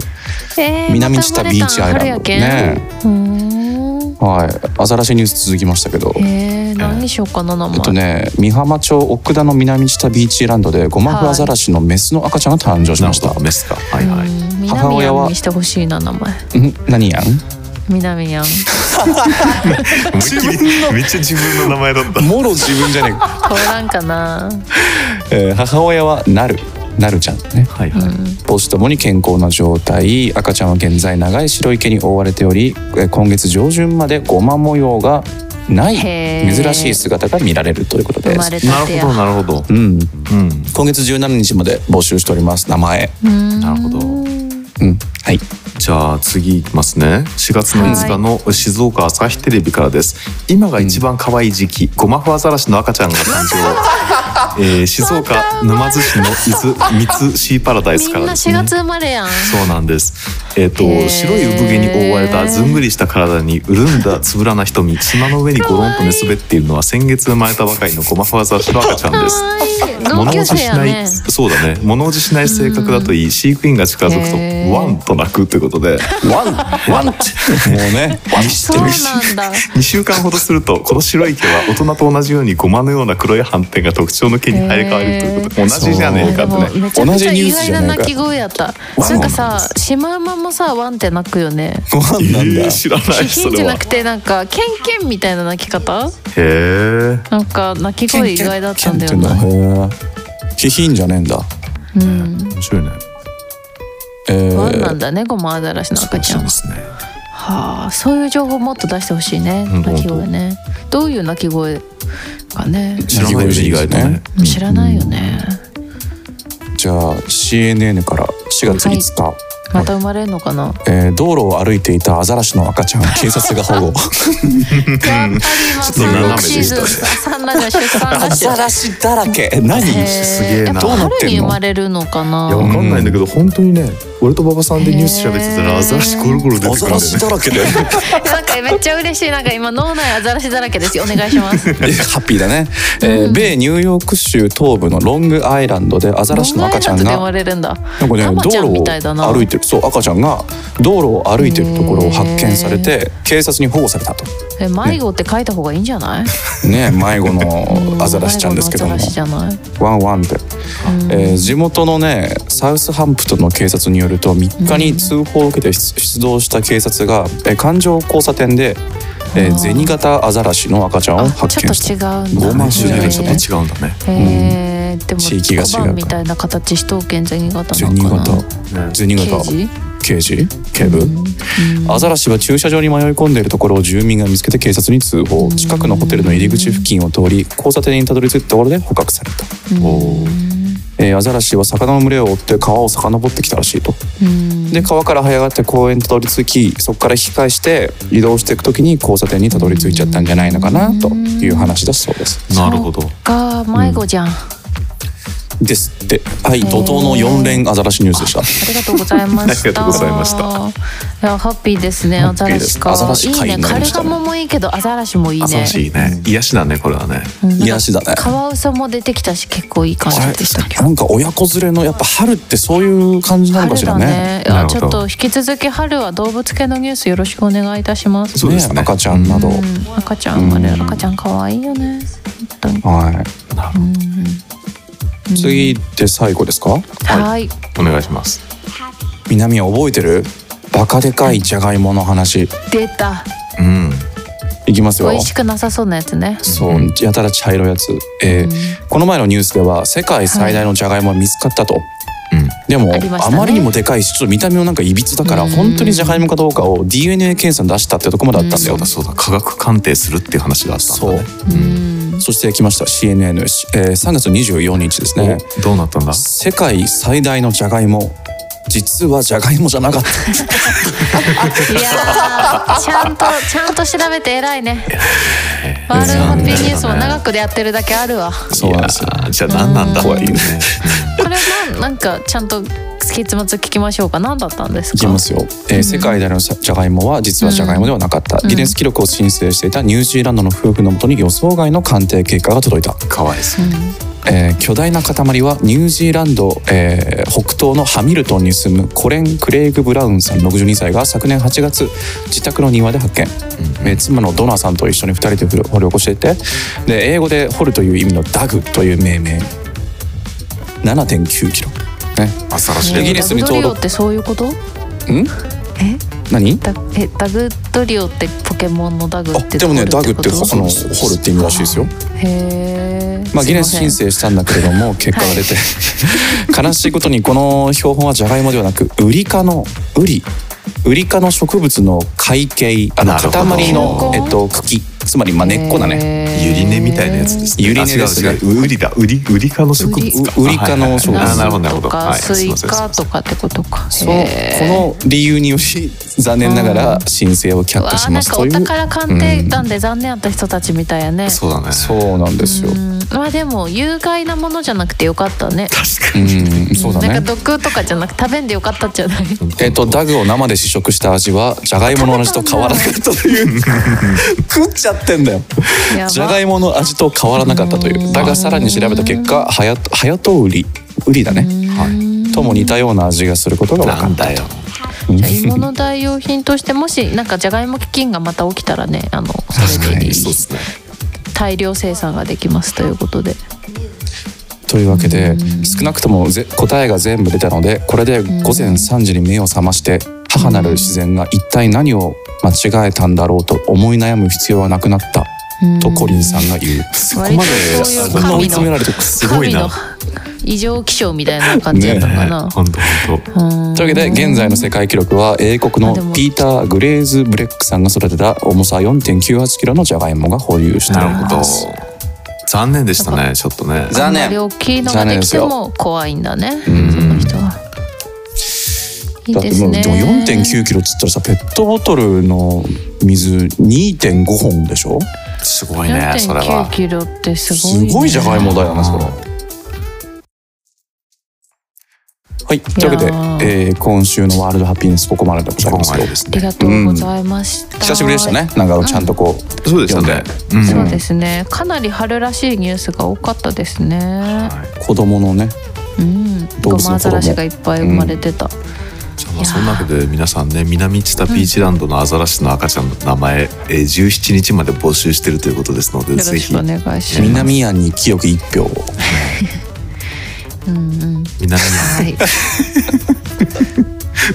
Speaker 4: えー
Speaker 2: 南知多ビーチアイランド。ね
Speaker 4: また生まれたん春やけんうーん
Speaker 2: はいアザラシニュース続きましたけど
Speaker 4: えー、何にしようかな名前。
Speaker 2: えっとね、美浜町奥田の南知多ビーチランドでゴマフアザラシのメスの赤ちゃんが誕生し
Speaker 3: なん
Speaker 2: ました
Speaker 3: か。メスか。はいはい。
Speaker 4: うん
Speaker 2: 母
Speaker 4: 南
Speaker 2: 親
Speaker 4: ヤ
Speaker 2: は
Speaker 4: ンにしてほしいな名前。
Speaker 2: ん何やん？
Speaker 4: 南ヤン。
Speaker 3: *laughs* 思いっきりめっちゃ自分の名前だった。
Speaker 2: もろ自分じゃね
Speaker 4: 通らん
Speaker 3: *laughs*
Speaker 4: かな。
Speaker 2: *laughs* ええー母親はなるなるちゃんね。
Speaker 3: はいはい。
Speaker 2: 母子ともに健康な状態赤ちゃんは現在長い白い毛に覆われておりえー今月上旬までゴマ模様がない
Speaker 4: へー
Speaker 2: 珍しい姿が見られるということ
Speaker 4: 生
Speaker 2: で。
Speaker 4: ますれたて
Speaker 3: な
Speaker 4: や。
Speaker 3: るほどなるほど。
Speaker 2: うん、
Speaker 3: うん。
Speaker 2: 今月17日まで募集しております名前。
Speaker 4: な
Speaker 3: なるほど
Speaker 2: うん、はい。
Speaker 3: じゃあ次いきますね。4月の5日の静岡朝日テレビからです。今が一番可愛い時期、ゴマフアザラシの赤ちゃんが誕
Speaker 4: *laughs*
Speaker 3: 生。えー静岡沼津市の伊豆三津シーパラダイス
Speaker 4: み
Speaker 3: か
Speaker 4: ん
Speaker 3: ら
Speaker 4: な
Speaker 3: です
Speaker 4: 4
Speaker 3: ね。
Speaker 4: 月生まれやん。
Speaker 3: そうなんです。えっ、と
Speaker 4: へー
Speaker 3: 白い産毛に覆われたずんぐりした体に潤ん
Speaker 4: *laughs*
Speaker 3: だつぶらな瞳、砂の上にゴロンと寝そべっているのは先月生まれたばかりのゴマフアザラシの赤ちゃん
Speaker 4: か
Speaker 3: です。
Speaker 4: わいい。同
Speaker 3: 物
Speaker 4: 級
Speaker 3: おじ
Speaker 4: 生
Speaker 3: し
Speaker 4: や
Speaker 3: ない、
Speaker 4: ね。
Speaker 3: そうだね物おじしない性格だといい、飼育員が近づく
Speaker 4: へ
Speaker 3: と
Speaker 4: ー
Speaker 3: ワンと泣くということで
Speaker 2: ワンワンもうね。
Speaker 3: にし
Speaker 4: そう
Speaker 3: て
Speaker 4: なんだ。
Speaker 3: 2週間ほどするとこの白い毛は大人と同じようにゴマのような黒い斑点が特徴の毛に生え変わるということで、
Speaker 4: へ
Speaker 3: 同じじゃねえかってね
Speaker 4: めちゃ
Speaker 2: 同
Speaker 4: く
Speaker 2: じ
Speaker 4: ちゃ
Speaker 2: ニュー
Speaker 4: 意
Speaker 2: ス
Speaker 4: 外
Speaker 2: じゃ
Speaker 4: な
Speaker 2: ないか
Speaker 4: 鳴き声やった。
Speaker 2: ワン
Speaker 4: なんかさ、シマウマもさ、ワンって鳴くよね。
Speaker 2: ご飯なんだ。
Speaker 3: えー知ら
Speaker 4: *laughs*
Speaker 3: ない
Speaker 4: ヒ
Speaker 3: そ
Speaker 4: ンじ
Speaker 3: れ
Speaker 4: ゃ
Speaker 3: は
Speaker 4: なくてなんかケンケンみたいな鳴き方？
Speaker 3: へえ
Speaker 4: なんか鳴き声意外だったんだよ
Speaker 2: ケン
Speaker 4: な。
Speaker 2: ケンっていうのはへー気品じゃねえんだ。
Speaker 4: うん。
Speaker 3: 面白いね
Speaker 2: えー
Speaker 4: ワンなんだね、ゴマアザラシの赤ちゃん
Speaker 3: そうで。すね
Speaker 4: はあ、そういう情報もっと出してほしいね。
Speaker 3: うん
Speaker 4: 鳴き声ね。どういう鳴き声かね。
Speaker 3: 知らないよね意外とね
Speaker 4: 知らないよね。
Speaker 2: じゃあ CNN から4月5日、
Speaker 4: また生まれるのかな。
Speaker 2: えー道路を歩いていたアザラシの赤ちゃん *laughs* 警察が保護
Speaker 3: ちょっと斜め
Speaker 4: やっぱり今産後
Speaker 3: で
Speaker 4: シ
Speaker 3: し
Speaker 4: ーズ
Speaker 3: た
Speaker 4: ン
Speaker 3: ね
Speaker 4: サンラが出産
Speaker 2: *laughs*
Speaker 4: だし。
Speaker 2: ラシだらけえ何
Speaker 4: へー
Speaker 3: すげえな
Speaker 4: やっぱ
Speaker 3: どう
Speaker 2: なってんの
Speaker 4: 春に生まれるのか
Speaker 3: いやわ
Speaker 4: な。
Speaker 3: かんないんだけど、本当にね俺と馬場さんでニュース調べてた
Speaker 4: へ
Speaker 3: ら
Speaker 4: ー
Speaker 3: アザラシゴロゴロ出て
Speaker 2: ア
Speaker 3: くるん
Speaker 2: ザラ
Speaker 3: だよ
Speaker 2: シ
Speaker 3: ね
Speaker 2: だ *laughs* らけで
Speaker 4: なんかめっちゃ嬉しい。なんか今脳内アザラシだらけですよ。お願いし
Speaker 2: *laughs*
Speaker 4: ます。
Speaker 2: ハッピーだね、えー米ニューヨーク州東部のロングアイランドでアザラシの赤ちゃん
Speaker 4: ロングア
Speaker 2: が
Speaker 4: イランドで生まれるんだ。
Speaker 2: なんかね
Speaker 4: タマ
Speaker 2: 道
Speaker 4: ちゃんみたい
Speaker 2: 路
Speaker 4: だな
Speaker 2: を歩いてるそう赤ちゃんが道路を歩いてるところを発見されて警察に保護されたと
Speaker 4: え迷子って書いた方がいいんじゃない？
Speaker 2: ね迷子のアザラシちゃんですけども
Speaker 4: 迷子のアザラシじゃない。
Speaker 2: ワンワンみたいな
Speaker 4: うん
Speaker 2: えー地元のねサウスハンプトンの警察によると3日に通報を受けて出出動した警察が、えー環状交差点で、えー
Speaker 4: あー
Speaker 2: 銭形アザラシの赤ちゃんを
Speaker 4: あ
Speaker 2: 発
Speaker 4: ち
Speaker 2: 見
Speaker 4: ょっ
Speaker 2: した。
Speaker 4: と違うんだ。
Speaker 2: ごまんじゅう
Speaker 3: 種
Speaker 2: だけど
Speaker 3: 類がちょっと違うんだね
Speaker 4: えー、でも
Speaker 2: 地域が違うから
Speaker 4: 小判みたいな形し刀剣銭形な
Speaker 2: 銭
Speaker 4: のかな
Speaker 2: 形銭形
Speaker 4: 刑事
Speaker 2: 刑事警部、
Speaker 4: うん
Speaker 2: アザラシは駐車場に迷い込んでいるところを住民が見つけて警察に通報近くのホテルの入り口付近を通り交差点にたどり着いたところで捕獲された、
Speaker 3: おー
Speaker 2: えーアザラシは魚の群れを追って川を遡ってきたらしいと
Speaker 4: うん
Speaker 2: で川から這い上がって公園にたどり着きそこから引き返して移動していく時に交差点にたどり着いちゃったんじゃないのかなという話だそうです。
Speaker 3: なるほど
Speaker 4: が迷子じゃん、
Speaker 2: ですってはい怒涛の4連アザラシニュースでした。
Speaker 4: ありがとうございました。
Speaker 3: ありがとうございました
Speaker 4: いや、ハッピーですね。
Speaker 2: ハッ
Speaker 4: アザ
Speaker 2: ピー
Speaker 4: ラ
Speaker 2: で
Speaker 4: シ
Speaker 2: す
Speaker 4: か。
Speaker 2: アザラシ
Speaker 4: いい
Speaker 2: 界
Speaker 4: ね。
Speaker 2: になりま
Speaker 4: カル
Speaker 2: したね
Speaker 4: ガモもいいけど、アザラシもいいね。
Speaker 3: アザラシいいね癒しだねこれはね
Speaker 4: うんなんか
Speaker 2: 癒しだね
Speaker 4: カワウソも出てきたし、結構いい感じでしたけど。
Speaker 2: なんか親子連れのやっぱ春ってそういう感じなのか
Speaker 4: 春
Speaker 2: しら
Speaker 4: だ
Speaker 2: ね。
Speaker 4: ね。いや
Speaker 3: なる
Speaker 4: ち
Speaker 3: ほど
Speaker 4: ょっと引き続き春は動物系のニュースよろしくお願いいたします。
Speaker 3: そうですね
Speaker 2: 赤ちゃんなど、
Speaker 4: うん赤ちゃんあれ、赤ちゃん可愛いよね。本当に。
Speaker 2: はい。
Speaker 3: なるほ
Speaker 2: 次で最後ですか？
Speaker 4: はい。
Speaker 3: どお願いします
Speaker 2: 南は覚えてる？バカでかいじゃがいもの話
Speaker 4: 出た。
Speaker 3: うん
Speaker 2: いきます
Speaker 4: 美
Speaker 2: よ。
Speaker 4: 味しくなさそうなやつね。
Speaker 2: そうやたら茶色いやつ、えーこの前のニュースでは世界最大のジャガイモが見つかったと、
Speaker 3: うん
Speaker 2: でもあ,、
Speaker 4: ありましたね
Speaker 2: まりにもでかいしちょっと見た目もなんかいびつだから
Speaker 4: うん
Speaker 2: 本当にジャガイモかどうかを DNA 検査に出したってとこまであったんだ
Speaker 3: そ
Speaker 2: よ、
Speaker 3: うだそうだ科学鑑定するっていう話があったん
Speaker 2: そ
Speaker 3: だ
Speaker 2: う
Speaker 3: ね
Speaker 4: うん。
Speaker 2: そして来ました CNN、しえー3月24日ですね
Speaker 3: どうなったんだ
Speaker 2: 世界最大のジャガイモ実はじゃがいもじゃなかった
Speaker 4: いやーちゃんとちゃんと調べて偉
Speaker 2: *laughs*
Speaker 4: いねワールドハッピーニュースも長くでやってるだけあるわ
Speaker 2: そうなんですよ
Speaker 3: いやーじゃあ何なんだっていうね
Speaker 4: これなんなんかちゃんと結末聞きましょうか何だったんです
Speaker 2: いき
Speaker 4: か
Speaker 2: ますよ、えー世界でのじゃがいもは実はじゃがいもではなかった、ギネス記録を申請していたニュージーランドの夫婦のもとに予想外の鑑定結果が届いた、
Speaker 3: かわいそう
Speaker 2: えー巨大な塊はニュージーランド、えー北東のハミルトンに住むコレン・クレイグ・ブラウンさん62歳が昨年8月自宅の庭で発見、えー妻のドナーさんと一緒に2人で掘り起こしていてで英語で「掘る」という意味の「ダグ」という命名7 9キロね
Speaker 3: あさらし
Speaker 2: イギ
Speaker 3: で
Speaker 2: リスに
Speaker 4: ダグ
Speaker 2: ちょうど
Speaker 4: ドリオってそういうこと
Speaker 2: ん
Speaker 4: え
Speaker 2: 何
Speaker 4: ダえダグドリオってポケモンのダグ
Speaker 2: あ
Speaker 4: って
Speaker 2: でもねダグ
Speaker 4: 掘る
Speaker 2: って
Speaker 4: こ
Speaker 2: そ
Speaker 4: と
Speaker 2: の掘るって意味らしいですよ
Speaker 4: へー
Speaker 2: まあ、ギネス
Speaker 4: す
Speaker 2: 申
Speaker 4: いません
Speaker 2: 請したんだけれども結果が出て、悲しいことにこの標本はジャガイモではなくウリ科のウリウリ科の植物の海茎あの
Speaker 3: なるほど
Speaker 2: 塊の、
Speaker 4: 根っ
Speaker 2: え
Speaker 4: こ
Speaker 2: っと、茎つまりまあ根っこだね
Speaker 4: へー
Speaker 3: ゆり根みたいなやつですね。
Speaker 2: ゆり根ですね
Speaker 3: あ違う違うウリだ。ウリウリ科の植物か。
Speaker 2: ウリウリ科の植物
Speaker 3: あはいはいはいあ
Speaker 4: ナ
Speaker 3: なるほどなる
Speaker 4: ス
Speaker 3: ほ
Speaker 4: と
Speaker 3: ど。
Speaker 4: か
Speaker 3: はい
Speaker 4: スイカ
Speaker 3: す
Speaker 4: とかってことか
Speaker 2: そうこの理由により残念ながら申請を却
Speaker 4: わ
Speaker 2: 下
Speaker 4: あ
Speaker 2: し
Speaker 4: な
Speaker 2: ま
Speaker 4: ん
Speaker 2: す
Speaker 4: か
Speaker 2: と
Speaker 4: お
Speaker 2: いう
Speaker 4: 宝鑑定団で残念あった人たちみたいやね
Speaker 3: いませんすいませんそうだね。
Speaker 2: そうなんですよ、
Speaker 4: うんまあでも有害なものじゃなくてよかったね
Speaker 3: 確か
Speaker 2: う
Speaker 3: に。
Speaker 2: ん、そうだ
Speaker 4: なん
Speaker 2: ね
Speaker 4: か毒とかじゃなく食べんでよかったんじゃない
Speaker 2: えっと、ダグを生で試食した味はジャガイモの味と変わらなかったという食っちゃってんだよ
Speaker 4: やば
Speaker 2: じゃがいもの味と変わらなかったというだがさらに調べた結果はやはやとうりうりだね
Speaker 3: はい。
Speaker 2: とも似たような味がすることが分か
Speaker 3: な
Speaker 2: っ
Speaker 3: ん
Speaker 2: た
Speaker 3: だよ。
Speaker 4: じゃあ芋の代用品としてもしなんかじゃがいも基金がまた起きたらねあのそれで
Speaker 3: そうですね。
Speaker 4: 大量生産ができますということで
Speaker 2: というわけで少なくともぜ答えが全部出たのでこれで午前3時に目を覚まして母なる自然が一体何を間違えたんだろうと思い悩む必要はなくなったとコリンさんが言う。
Speaker 3: そこまで
Speaker 4: 割とそういう
Speaker 2: こんな追い詰められて
Speaker 3: すごいな。
Speaker 4: 神の異常気象みたいな感じだったのかな、
Speaker 3: 本当本当。
Speaker 4: うん
Speaker 2: というわけで現在の世界記録は英国
Speaker 4: あで
Speaker 2: の
Speaker 4: も
Speaker 2: ピーター・グレーズ・ブレックさんが育てた重さ4 9 8キロのジャガイモが保有してい
Speaker 3: なる
Speaker 2: る
Speaker 3: ほど。残念でしたね。ちょっとね。
Speaker 2: 残念
Speaker 4: あんまり大きいのができても怖いんだねその人はいい
Speaker 2: だって
Speaker 4: です
Speaker 2: もう
Speaker 4: ね
Speaker 2: でも4.9キロっつったらさペットボトルの水2.5本でしょ
Speaker 3: すごいね。それは
Speaker 4: 4.9。キロってすごい
Speaker 2: す
Speaker 4: ね、
Speaker 2: ごいじゃがいもだよなそれ
Speaker 3: うん
Speaker 2: はいというわけで
Speaker 4: いやー、
Speaker 2: えー今週のワールドハッピーネスここまででござい
Speaker 3: ここ
Speaker 2: ます
Speaker 3: ま
Speaker 2: よ
Speaker 3: でです
Speaker 4: あり
Speaker 3: ね。
Speaker 4: がとうございました、
Speaker 2: 久しぶりでしたねなんかちゃんとこう、
Speaker 3: そうでしたね。うん
Speaker 4: そうですねかなり春らしいニュースが多かったですね
Speaker 2: 子供のね
Speaker 4: うん
Speaker 2: 動
Speaker 4: ご
Speaker 2: 物の
Speaker 4: まアザラシがいっぱい生まれてた、
Speaker 3: じゃあまあそんなわけで皆さんね南知多ピーチランドのアザラシの赤ちゃんの名前、えー17日まで募集してるということですので
Speaker 4: よろ
Speaker 3: ぜ
Speaker 4: し
Speaker 3: ひ
Speaker 4: くお願いします
Speaker 2: 南庵に清き一票を
Speaker 4: うんうん
Speaker 3: 南
Speaker 4: は
Speaker 3: に
Speaker 4: い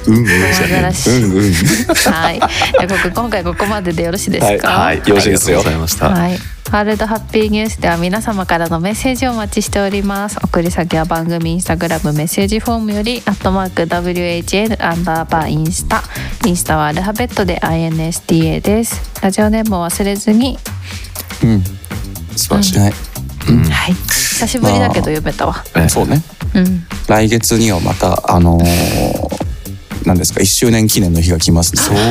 Speaker 3: 運営じ
Speaker 4: ア
Speaker 3: ゃ
Speaker 4: ザ
Speaker 3: ね
Speaker 4: ラシ
Speaker 2: うんうん
Speaker 4: はいじゃあここ今回ここまででよろしいですか
Speaker 2: はいよろしいですよ
Speaker 3: ありがとうございました、
Speaker 4: はい、ワールドハッピーニュースでは皆様からのメッセージをお待ちしております送り先は番組インスタグラムメッセージフォームより「アットマーク #WHN アンダーバーインスタ」インスタはアルファベットで INSTA ですラジオネームを忘れずに、
Speaker 2: 素晴らしい、はい
Speaker 4: はい、久しぶりだけど読めたわ、
Speaker 3: えー
Speaker 2: そうね
Speaker 4: うん、
Speaker 2: 来月にはまたあのー、なんですか1周年記念の日が来ます
Speaker 3: そうだ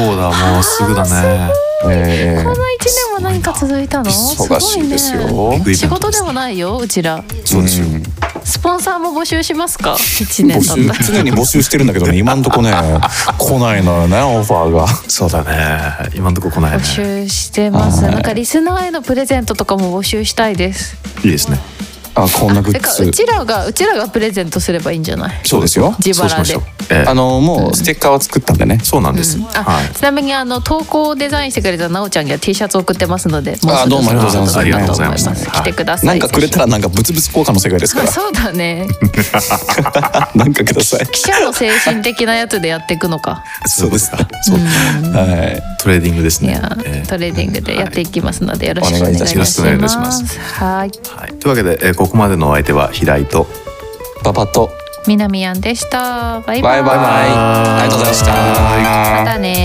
Speaker 3: もうすぐだね
Speaker 2: え
Speaker 4: この1
Speaker 2: ー
Speaker 4: 年も何か続いたのすご
Speaker 2: 忙しいですよ
Speaker 4: ね、
Speaker 3: ビッグイベントです
Speaker 4: 仕事でもないようちら
Speaker 3: そうですよ、
Speaker 4: スポンサーも募集しますか1
Speaker 2: 募
Speaker 4: 年だった
Speaker 2: 集常に募集してるんだけどね今んと
Speaker 4: *laughs*
Speaker 2: こね来ないのよねオファーが
Speaker 3: そうだね今のとこ来ない
Speaker 4: 募
Speaker 3: ね
Speaker 4: 集してます。
Speaker 2: はい
Speaker 4: なんかリスナーへのプレゼントとかも募集したいです。
Speaker 3: いいですね
Speaker 2: あこんなグ
Speaker 4: て
Speaker 2: ッ
Speaker 4: か
Speaker 2: ズ
Speaker 4: うちらがうちらがプレゼントすればいいんじゃない？
Speaker 2: そうですよ
Speaker 4: 自腹
Speaker 3: そ
Speaker 4: で
Speaker 3: うしましょう、えー
Speaker 2: あのもうステッカーは作ったんでね
Speaker 3: そうなんです、
Speaker 4: あ、
Speaker 3: はい
Speaker 4: ちなみにあの投稿をデザインしてくれたなおちゃんには T シャツを送ってますので、
Speaker 2: あどうもありがとうございます
Speaker 4: ありがとうございま
Speaker 3: ありがとうござい
Speaker 4: す。
Speaker 3: ます
Speaker 4: 来てください。
Speaker 2: なんかくれたら
Speaker 4: ぜ
Speaker 2: なんかブツブツ交換の世界です
Speaker 4: ひ。
Speaker 2: か
Speaker 4: あそうだね。
Speaker 2: らなんかください
Speaker 4: 記者の精神的なやつでやっていくのか。
Speaker 3: そうですかそう
Speaker 2: はい
Speaker 3: トレーディングです
Speaker 4: い
Speaker 3: ね
Speaker 4: や
Speaker 3: えー
Speaker 4: トレーディングでやっていきますのでよろしくお願いいたし
Speaker 3: よ
Speaker 4: ま
Speaker 3: ろし
Speaker 4: す。
Speaker 3: くお願いいたします
Speaker 4: はい、
Speaker 3: はい、というわけで、えーここまでのお相手は平井と
Speaker 2: パパと
Speaker 4: 南やんでした。バイバ
Speaker 2: バ
Speaker 4: イ。
Speaker 2: イバイバイありがとうございました
Speaker 4: またね